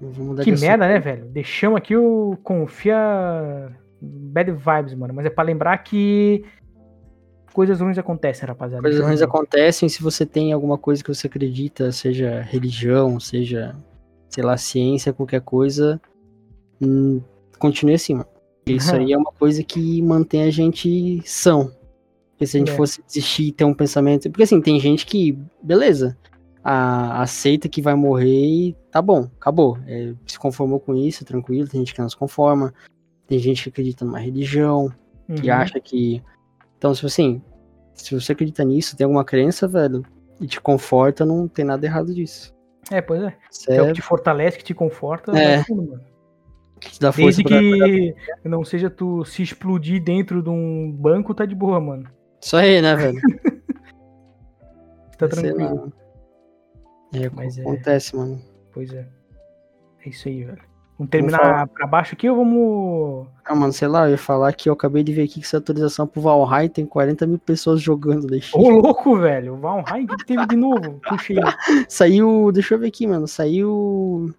Speaker 2: Vamos mudar
Speaker 1: Que
Speaker 2: de assunto.
Speaker 1: merda, né, velho? Deixamos aqui o Confia Bad Vibes, mano. Mas é pra lembrar que coisas ruins acontecem, rapaziada. é Então,
Speaker 2: Coisas ruins acontecem se você tem alguma coisa que você acredita, seja religião, seja, sei lá, ciência, qualquer coisa. hum, continue assim, mano. Porque Isso aí é uma coisa que mantém a gente são. Porque se a gente
Speaker 1: É.
Speaker 2: fosse desistir e ter um pensamento. Porque assim, tem gente que, beleza, a- aceita que vai morrer e tá bom, acabou. É, se conformou com isso, tranquilo. Tem gente que não se conforma. Tem gente que acredita numa religião que
Speaker 1: Uhum.
Speaker 2: acha que. Então, tipo assim, se você acredita nisso, tem alguma crença, velho, e te conforta, não tem nada errado disso.
Speaker 1: É, pois é.
Speaker 2: Isso
Speaker 1: É o que
Speaker 2: é
Speaker 1: te fortalece, que te conforta.
Speaker 2: É.
Speaker 1: vai fundo, mano.
Speaker 2: que te dá força
Speaker 1: Desde
Speaker 2: pra...
Speaker 1: que não seja tu se explodir dentro de um banco, tá de boa, mano.
Speaker 2: Isso aí, né, velho?
Speaker 1: Tá
Speaker 2: Sei lá.
Speaker 1: tranquilo.
Speaker 2: É,
Speaker 1: Mas é.
Speaker 2: acontece, mano.
Speaker 1: Pois é. É isso aí, velho. Vamos
Speaker 2: falar.
Speaker 1: terminar pra baixo aqui ou vamos.
Speaker 2: Ah, mano, sei lá, eu ia falar que eu acabei de ver aqui que essa atualização pro Valheim tem 40 mil pessoas jogando. né? Deixa...
Speaker 1: Ô, louco, velho. Valheim, o que que teve de novo? Puxa aí.
Speaker 2: Saiu, deixa eu ver aqui, mano, saiu...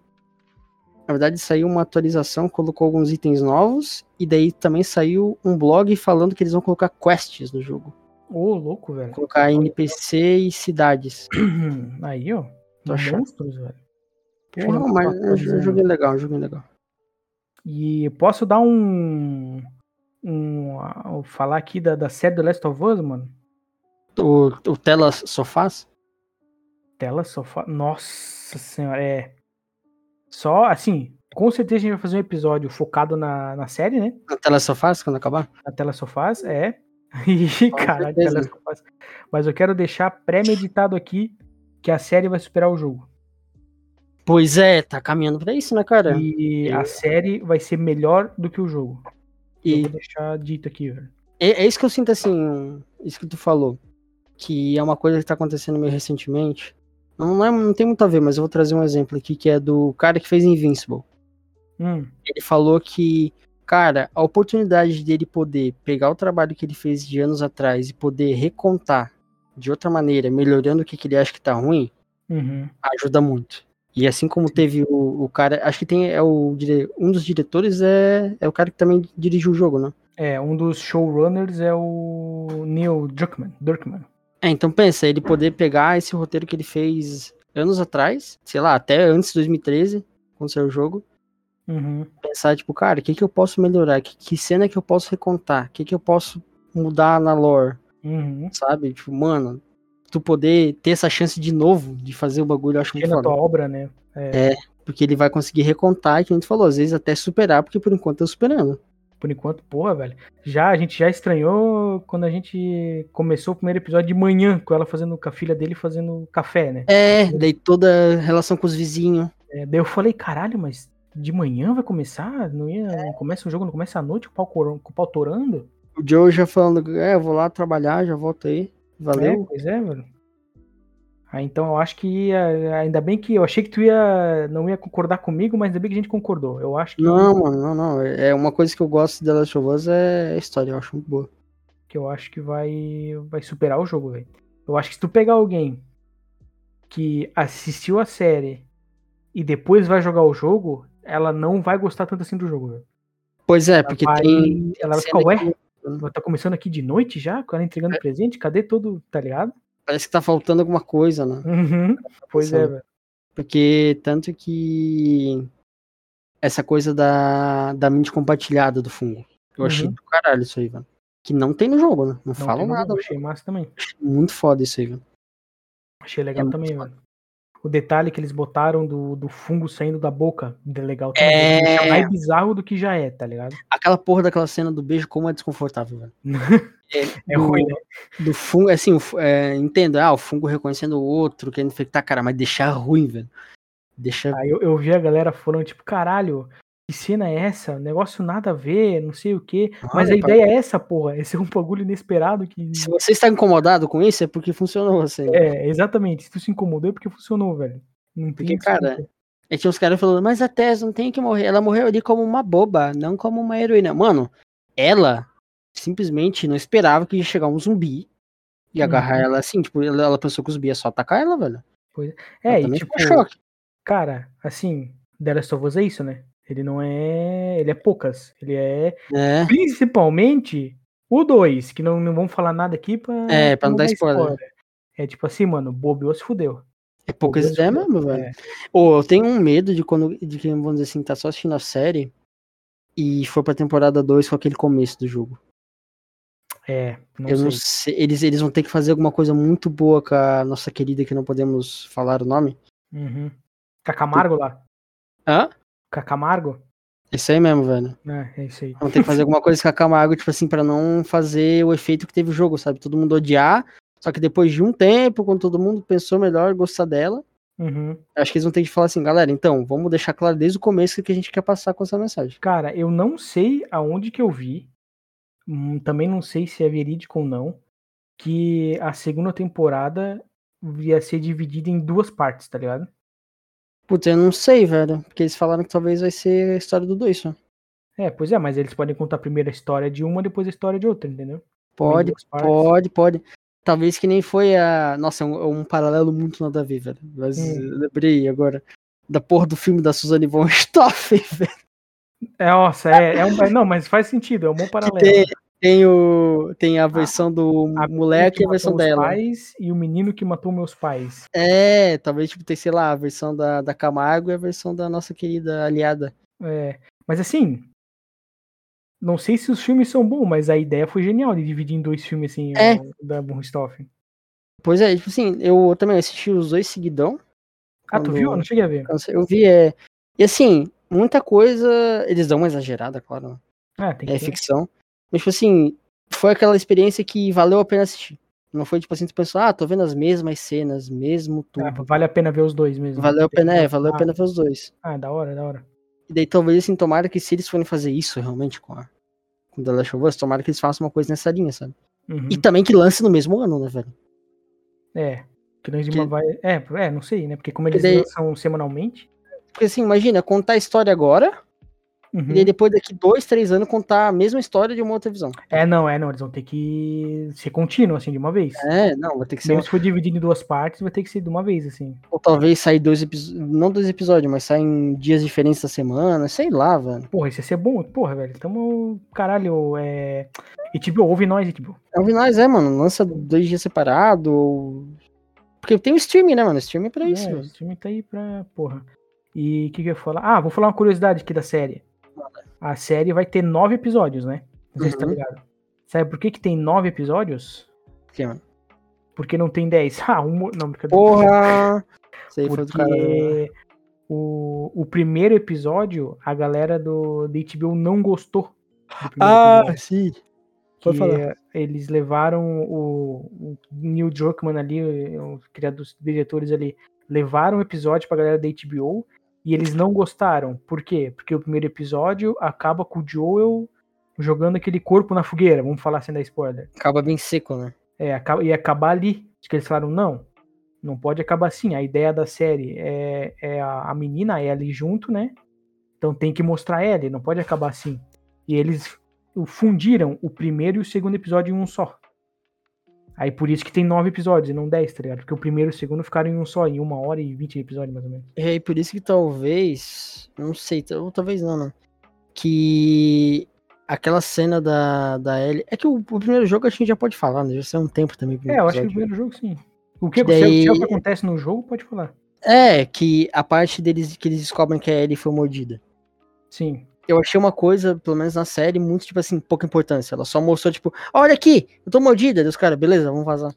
Speaker 2: Na verdade, saiu uma atualização, colocou alguns itens novos, e daí também saiu um blog falando que eles vão colocar quests no jogo.
Speaker 1: Ô, louco, velho.
Speaker 2: Colocar NPC e cidades.
Speaker 1: Hum, Aí, ó.
Speaker 2: Tô achando.
Speaker 1: Monstros, velho. Deixa eu
Speaker 2: Porra,
Speaker 1: olhar um
Speaker 2: mas
Speaker 1: pacote
Speaker 2: é um
Speaker 1: de-
Speaker 2: joguinho legal, um joguinho legal.
Speaker 1: E posso dar um. um ah, falar aqui da, da série The Last of Us, mano?
Speaker 2: O, o Tela Sofás?
Speaker 1: Tela, sofá. Nossa senhora, é. Só, assim, com certeza a gente vai fazer um episódio focado na, na série, né?
Speaker 2: A Tela Sofás, quando acabar?
Speaker 1: Na tela sofás, é. E
Speaker 2: Com
Speaker 1: caralho,
Speaker 2: certeza.
Speaker 1: tela sofás. Mas eu quero deixar pré-meditado aqui que a série vai superar o jogo.
Speaker 2: Pois é, tá caminhando pra isso, né, cara? E,
Speaker 1: E a
Speaker 2: eu-
Speaker 1: série vai ser melhor do que o jogo. Eu vou
Speaker 2: e
Speaker 1: deixar dito aqui, velho.
Speaker 2: é isso que eu sinto assim, isso que tu falou. Que é uma coisa que tá acontecendo meio recentemente. Não, não, é- não tem muito a ver, mas eu vou trazer um exemplo aqui que é do cara que fez Invincible.
Speaker 1: Hum,
Speaker 2: Ele falou que, cara, a oportunidade dele poder pegar o trabalho que ele fez de anos atrás e poder recontar de outra maneira, melhorando o que, que ele acha que tá ruim,
Speaker 1: uhum.
Speaker 2: ajuda muito. E assim como teve o, o cara, acho que tem é o dire- um dos diretores é, é o cara que também dirigiu o jogo, né?
Speaker 1: É, um dos showrunners é o Neil Druckmann. Druckmann.
Speaker 2: É, então pensa, ele poder pegar esse roteiro que ele fez anos atrás, sei lá, até antes de 2013, quando saiu o jogo,
Speaker 1: Uhum.
Speaker 2: pensar tipo, cara, o que que eu posso melhorar? Que, que cena que eu posso recontar? O que que eu posso mudar na lore?
Speaker 1: Uhum.
Speaker 2: Sabe? Tipo, mano, tu poder ter essa chance de novo de fazer o bagulho, eu acho muito
Speaker 1: Porque na
Speaker 2: foda.
Speaker 1: tua obra, né?
Speaker 2: Porque ele vai conseguir recontar, que a gente falou, às vezes até superar, porque por enquanto eu superando.
Speaker 1: Por enquanto, porra, velho. Já, a gente já estranhou quando a gente começou o primeiro episódio de manhã, com ela fazendo, com a filha dele fazendo café, né?
Speaker 2: É, daí toda a relação com os vizinhos.
Speaker 1: É, daí eu falei, caralho, mas de manhã vai começar? Não ia. não Começa o jogo, não começa à noite com o pau, coro- com o pau torando?
Speaker 2: O Joe já falando, é, eu vou lá trabalhar, já volto aí.
Speaker 1: É,
Speaker 2: Valeu.
Speaker 1: pois é, velho. Ah, então eu acho que ia. Ainda bem que eu achei que tu ia. Não ia concordar comigo, mas ainda bem que a gente concordou. Eu acho que,
Speaker 2: Não, mano, não, não. É uma coisa que eu gosto de The Last of Us é a história, eu acho muito boa.
Speaker 1: que eu acho que vai. Vai superar o jogo, velho. Eu acho que se tu pegar alguém que assistiu a série e depois vai jogar o jogo, ela não vai gostar tanto assim do jogo, velho.
Speaker 2: Pois é, porque
Speaker 1: vai,
Speaker 2: tem.
Speaker 1: Ela vai
Speaker 2: cena
Speaker 1: ficar, ué,
Speaker 2: que É.
Speaker 1: tá começando aqui de noite já? Com ela entregando presente? Cadê todo. Tá ligado?
Speaker 2: Parece que tá faltando alguma coisa, né?
Speaker 1: Uhum. Pois é,
Speaker 2: Sim.
Speaker 1: velho.
Speaker 2: Porque tanto que essa coisa da, da mente compartilhada do fungo. Eu achei
Speaker 1: Uhum.
Speaker 2: do caralho isso aí, velho. Que não tem no jogo, né? Não,
Speaker 1: Não,
Speaker 2: falam
Speaker 1: tem no
Speaker 2: nada.
Speaker 1: jogo, Achei massa também.
Speaker 2: Muito foda isso aí, velho.
Speaker 1: Achei legal
Speaker 2: É muito
Speaker 1: também,
Speaker 2: foda.
Speaker 1: mano. O detalhe que eles botaram do, do fungo saindo da boca, de legal também.
Speaker 2: É.
Speaker 1: Deixa mais bizarro do que já é, tá ligado?
Speaker 2: Aquela porra daquela cena do beijo, como é desconfortável, velho.
Speaker 1: É
Speaker 2: Do-
Speaker 1: ruim, né?
Speaker 2: Do fungo, assim, o fu- é, entendo, ah, o fungo reconhecendo o outro, querendo infectar, cara, mas deixar ruim, velho. Deixa.
Speaker 1: Aí eu, eu vi a galera falando, tipo, caralho, que cena é essa? Negócio nada a ver, não sei o quê. Mas a
Speaker 2: Olha,
Speaker 1: ideia é essa, porra. Esse é um bagulho inesperado que.
Speaker 2: Se você está incomodado com isso, é porque funcionou, assim.
Speaker 1: É, exatamente. Se tu se incomodou é porque funcionou, velho. Não tem
Speaker 2: Porque,
Speaker 1: desculpa.
Speaker 2: cara, aí tinha uns caras falando, mas a Tess não tem que morrer. Ela morreu ali como uma boba, não como uma heroína. Mano, ela simplesmente não esperava que ia chegar um zumbi e
Speaker 1: Uhum.
Speaker 2: agarrar ela assim. Tipo, ela, ela pensou que o zumbi ia só atacar ela, velho.
Speaker 1: É,
Speaker 2: ela
Speaker 1: e
Speaker 2: também
Speaker 1: tipo,
Speaker 2: ficou em choque.
Speaker 1: cara, assim, The Last of Us é isso, né? Ele não é. Ele é poucas. Ele é
Speaker 2: É,
Speaker 1: Principalmente o 2, que não, não vamos falar nada aqui pra,
Speaker 2: É, pra não dar spoiler.
Speaker 1: É tipo assim, mano, bobeou se fudeu.
Speaker 2: é poucas
Speaker 1: Deus
Speaker 2: ideias
Speaker 1: Deus.
Speaker 2: mesmo, velho. Ô, eu tenho um medo de quando, de que, vamos dizer assim, tá só assistindo a série e for pra temporada 2 com aquele começo do jogo.
Speaker 1: É, não
Speaker 2: eu
Speaker 1: sei.
Speaker 2: não sei. Eles, eles vão ter que fazer alguma coisa muito boa com a nossa querida que não podemos falar o nome.
Speaker 1: Uhum. Cacamargo lá.
Speaker 2: Hã?
Speaker 1: Cacamargo?
Speaker 2: Isso aí mesmo, velho.
Speaker 1: É, é isso aí.
Speaker 2: Vão ter que fazer alguma coisa com a Camargo, tipo assim, pra não fazer o efeito que teve o jogo, sabe? Todo mundo odiar. Só que depois de um tempo, quando todo mundo pensou melhor, gostar dela,
Speaker 1: Uhum.
Speaker 2: acho que eles vão ter que falar assim, galera, então, vamos deixar claro desde o começo o que a gente quer passar com essa mensagem.
Speaker 1: Cara, eu não sei aonde que eu vi. hum, Também não sei se é verídico ou não. Que a segunda temporada ia ser dividida em duas partes, tá ligado?
Speaker 2: Putz, eu não sei, velho. Porque eles falaram que talvez vai ser a história do dois, né? só.
Speaker 1: É, pois é, mas eles podem contar primeiro a história de uma, depois a história de outra, entendeu? Ou em
Speaker 2: Pode,
Speaker 1: duas partes.
Speaker 2: pode, pode. Talvez que nem foi a. Nossa, é um, é um paralelo muito nada a ver, velho. Mas
Speaker 1: Hum.
Speaker 2: eu lembrei agora da porra do filme da Suzane von Stoff, velho.
Speaker 1: É, nossa, é, é um. Não, mas faz sentido, é um bom paralelo.
Speaker 2: tem, tem, o, tem a versão do
Speaker 1: a
Speaker 2: moleque e é a versão
Speaker 1: meus
Speaker 2: dela.
Speaker 1: pais e o menino que matou meus pais.
Speaker 2: É, talvez tipo, tem, sei lá, a versão da, da Camargo e a versão da nossa querida aliada.
Speaker 1: É, mas assim, não sei se os filmes são bons, mas a ideia foi genial de dividir em dois filmes assim,
Speaker 2: É.
Speaker 1: o- da Burstoff.
Speaker 2: Pois é, tipo assim, eu também assisti os dois seguidão.
Speaker 1: Ah, tu viu? Eu
Speaker 2: Quando-
Speaker 1: não cheguei a ver.
Speaker 2: quando Eu vi, é. E assim, muita coisa. Eles dão uma exagerada, claro. né?
Speaker 1: Ah, tem
Speaker 2: É
Speaker 1: que ter.
Speaker 2: ficção. Mas, tipo assim, foi aquela experiência que valeu a pena assistir. Não foi, tipo assim, tu pensou, ah, tô vendo as mesmas cenas, mesmo tudo.
Speaker 1: Ah, vale a pena ver os dois mesmo.
Speaker 2: valeu a
Speaker 1: Tem que
Speaker 2: pena, é, valeu a
Speaker 1: gostar.
Speaker 2: pena ver os dois.
Speaker 1: Ah, da hora, da hora.
Speaker 2: E daí talvez assim, tomara que se eles forem fazer isso realmente com a com The Last of Us, tomara que eles façam uma coisa nessa linha, sabe?
Speaker 1: Uhum.
Speaker 2: E também que lance no mesmo ano, né, velho?
Speaker 1: É. Que nós de
Speaker 2: Que-
Speaker 1: uma vai. É, é, não sei, né? Porque como
Speaker 2: Porque
Speaker 1: eles
Speaker 2: daí-
Speaker 1: lançam semanalmente.
Speaker 2: Porque assim, imagina, contar a história agora,
Speaker 1: Uhum.
Speaker 2: e daí depois daqui dois, três anos contar a mesma história de uma outra visão.
Speaker 1: É, não, é, não. Eles vão ter que ser contínuo, assim, de uma vez.
Speaker 2: É, não, vai ter que ser.
Speaker 1: Mesmo se for dividido em duas partes, vai ter que ser de uma vez, assim.
Speaker 2: Ou talvez sair dois episódios. Não dois episódios, mas saem dias diferentes da semana, sei lá, velho.
Speaker 1: Porra, isso ia ser bom. Porra, velho. Tamo. Caralho, é. E tipo, ouve nós, e tipo.
Speaker 2: É o finais, é, mano. Lança dois dias separado. Ou... Porque tem o streaming, né, mano? O streaming é pra isso.
Speaker 1: É, o
Speaker 2: velho.
Speaker 1: streaming tá aí pra. Porra. E o que, que eu ia falar? Ah, vou falar uma curiosidade aqui da série. A série vai ter nove episódios, né? Não sei se tá
Speaker 2: Uhum.
Speaker 1: ligado. Sabe por que, que tem nove episódios?
Speaker 2: Porque, mano.
Speaker 1: Porque não tem dez. Ah, um. Não, brincadeira.
Speaker 2: Porra! Isso aí foi do né? cara.
Speaker 1: Porque o, o primeiro episódio, a galera do, do HBO não gostou. do primeiro
Speaker 2: Ah,
Speaker 1: episódio,
Speaker 2: sim.
Speaker 1: que
Speaker 2: pode falar.
Speaker 1: Eles levaram o, o Neil Druckmann ali, o criador dos diretores ali, levaram o episódio pra galera da HBO e eles não gostaram. Por quê? Porque o primeiro episódio acaba com o Joel jogando aquele corpo na fogueira, vamos falar sem dar spoiler.
Speaker 2: Acaba bem seco, né?
Speaker 1: É, acaba, ia acabar ali. Acho que eles falaram, não, não pode acabar assim. A ideia da série é, é a, a menina, a Ellie junto, né? Então tem que mostrar a Ellie, não pode acabar assim. E eles fundiram o primeiro e o segundo episódio em um só. Aí por isso que tem nove episódios e não dez, tá ligado? Porque o primeiro e o segundo ficaram em um só, em uma hora e vinte episódios, mais ou menos.
Speaker 2: É, e por isso que talvez. Não sei, tal- talvez não, né? Que aquela cena da, da Ellie. É que o, o primeiro jogo a gente já pode falar, né? Já saiu um tempo também. pro
Speaker 1: É, eu acho que o
Speaker 2: episódio.
Speaker 1: primeiro jogo sim. O que,
Speaker 2: Que daí-
Speaker 1: se é o que acontece no jogo, pode falar.
Speaker 2: É, que a parte deles que eles descobrem que a Ellie foi mordida.
Speaker 1: Sim.
Speaker 2: Eu achei uma coisa, pelo menos na série, muito, tipo assim, pouca importância. Ela só mostrou, tipo, olha aqui, eu tô mordida. Daí os caras, beleza, vamos vazar.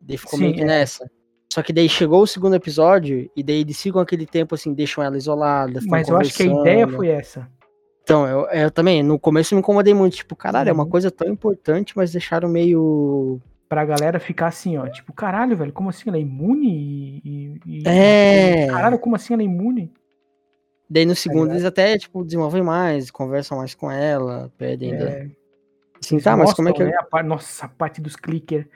Speaker 2: Daí ficou meio
Speaker 1: Sim,
Speaker 2: que
Speaker 1: é.
Speaker 2: nessa. Só que daí chegou o segundo episódio, e daí eles ficam aquele tempo assim, deixam ela isolada. ficam
Speaker 1: Mas eu acho que a ideia
Speaker 2: conversando.
Speaker 1: foi essa.
Speaker 2: Então, eu, eu também, no começo eu me incomodei muito, tipo, caralho, é uma
Speaker 1: Uhum.
Speaker 2: coisa tão importante, mas deixaram meio.
Speaker 1: pra galera ficar assim, ó, tipo, caralho, velho, como assim ela é imune? E, e- e-
Speaker 2: É.
Speaker 1: Caralho, como assim ela é imune?
Speaker 2: Daí no segundo
Speaker 1: ligado?
Speaker 2: eles até, tipo, desenvolvem mais, conversam mais com ela, pedem. né?
Speaker 1: É,
Speaker 2: Assim, tá, mas como é que.
Speaker 1: mostram, né, a par- Nossa, a parte dos clicker.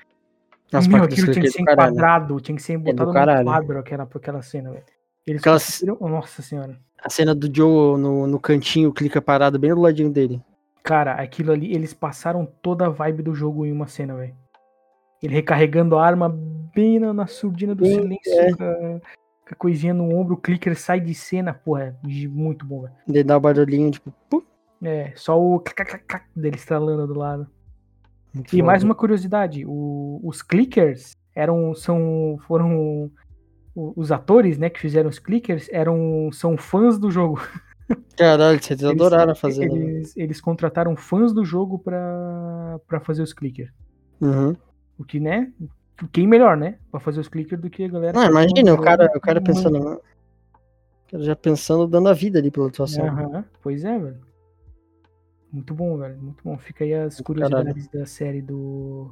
Speaker 2: Nossa,
Speaker 1: Meu,
Speaker 2: parte dos
Speaker 1: aquilo tinha que
Speaker 2: clickers
Speaker 1: ser
Speaker 2: do caralho. É
Speaker 1: enquadrado, tinha que ser botado no
Speaker 2: caralho.
Speaker 1: quadro aquela, por aquela cena, velho. Eles
Speaker 2: Aquelas-
Speaker 1: conseguiram- Nossa senhora.
Speaker 2: A cena do Joe no, no cantinho, clica parado bem do ladinho dele.
Speaker 1: Cara, aquilo ali, eles passaram toda a vibe do jogo em uma cena, velho. Ele recarregando a arma bem na, na surdina do
Speaker 2: Bem,
Speaker 1: silêncio,
Speaker 2: é.
Speaker 1: com a- com a coisinha no ombro, o clicker sai de cena, porra, é de- muito bom, velho.
Speaker 2: Daí dá o barulhinho, tipo, pum,
Speaker 1: É, só o clac, clac, clac, clac dele estralando do lado.
Speaker 2: muito
Speaker 1: E
Speaker 2: foda.
Speaker 1: mais uma curiosidade, o- os clickers eram, são, foram o- os atores, né, que fizeram os clickers, eram, são fãs do jogo.
Speaker 2: Caralho, vocês adoraram fazer, né?
Speaker 1: Eles, eles contrataram fãs do jogo pra pra fazer os clickers.
Speaker 2: Uhum.
Speaker 1: O que, né? Quem melhor, né? Pra fazer os clickers do que a galera.
Speaker 2: Não,
Speaker 1: que
Speaker 2: imagina,
Speaker 1: faz
Speaker 2: o cara, o cara
Speaker 1: muito.
Speaker 2: pensando. né? O cara já pensando, dando a vida ali pela atuação.
Speaker 1: Aham, Pois é, velho. Muito bom, velho. Muito bom. Fica aí as
Speaker 2: Do
Speaker 1: curiosidades da série do.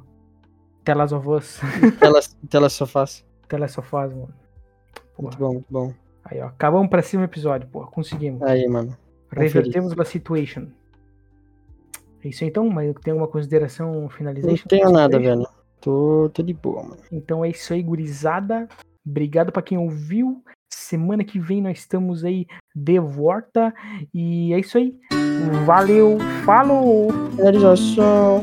Speaker 1: Telas of Us.
Speaker 2: Tela, tela só faz.
Speaker 1: Telas of Us, mano. Porra.
Speaker 2: Muito bom, muito bom.
Speaker 1: Aí, ó. Acabamos pra cima o episódio, pô. Conseguimos.
Speaker 2: Aí, mano.
Speaker 1: Revertemos a situation. É isso aí, então, mas tem alguma consideração um
Speaker 2: Não
Speaker 1: finalization?
Speaker 2: tenho nada,
Speaker 1: Consideration?
Speaker 2: velho. Tô, tô de boa, mano.
Speaker 1: Então é isso aí, gurizada. Obrigado pra quem ouviu. Semana que vem nós estamos aí de volta. E é isso aí. Valeu, falou!
Speaker 2: Finalização.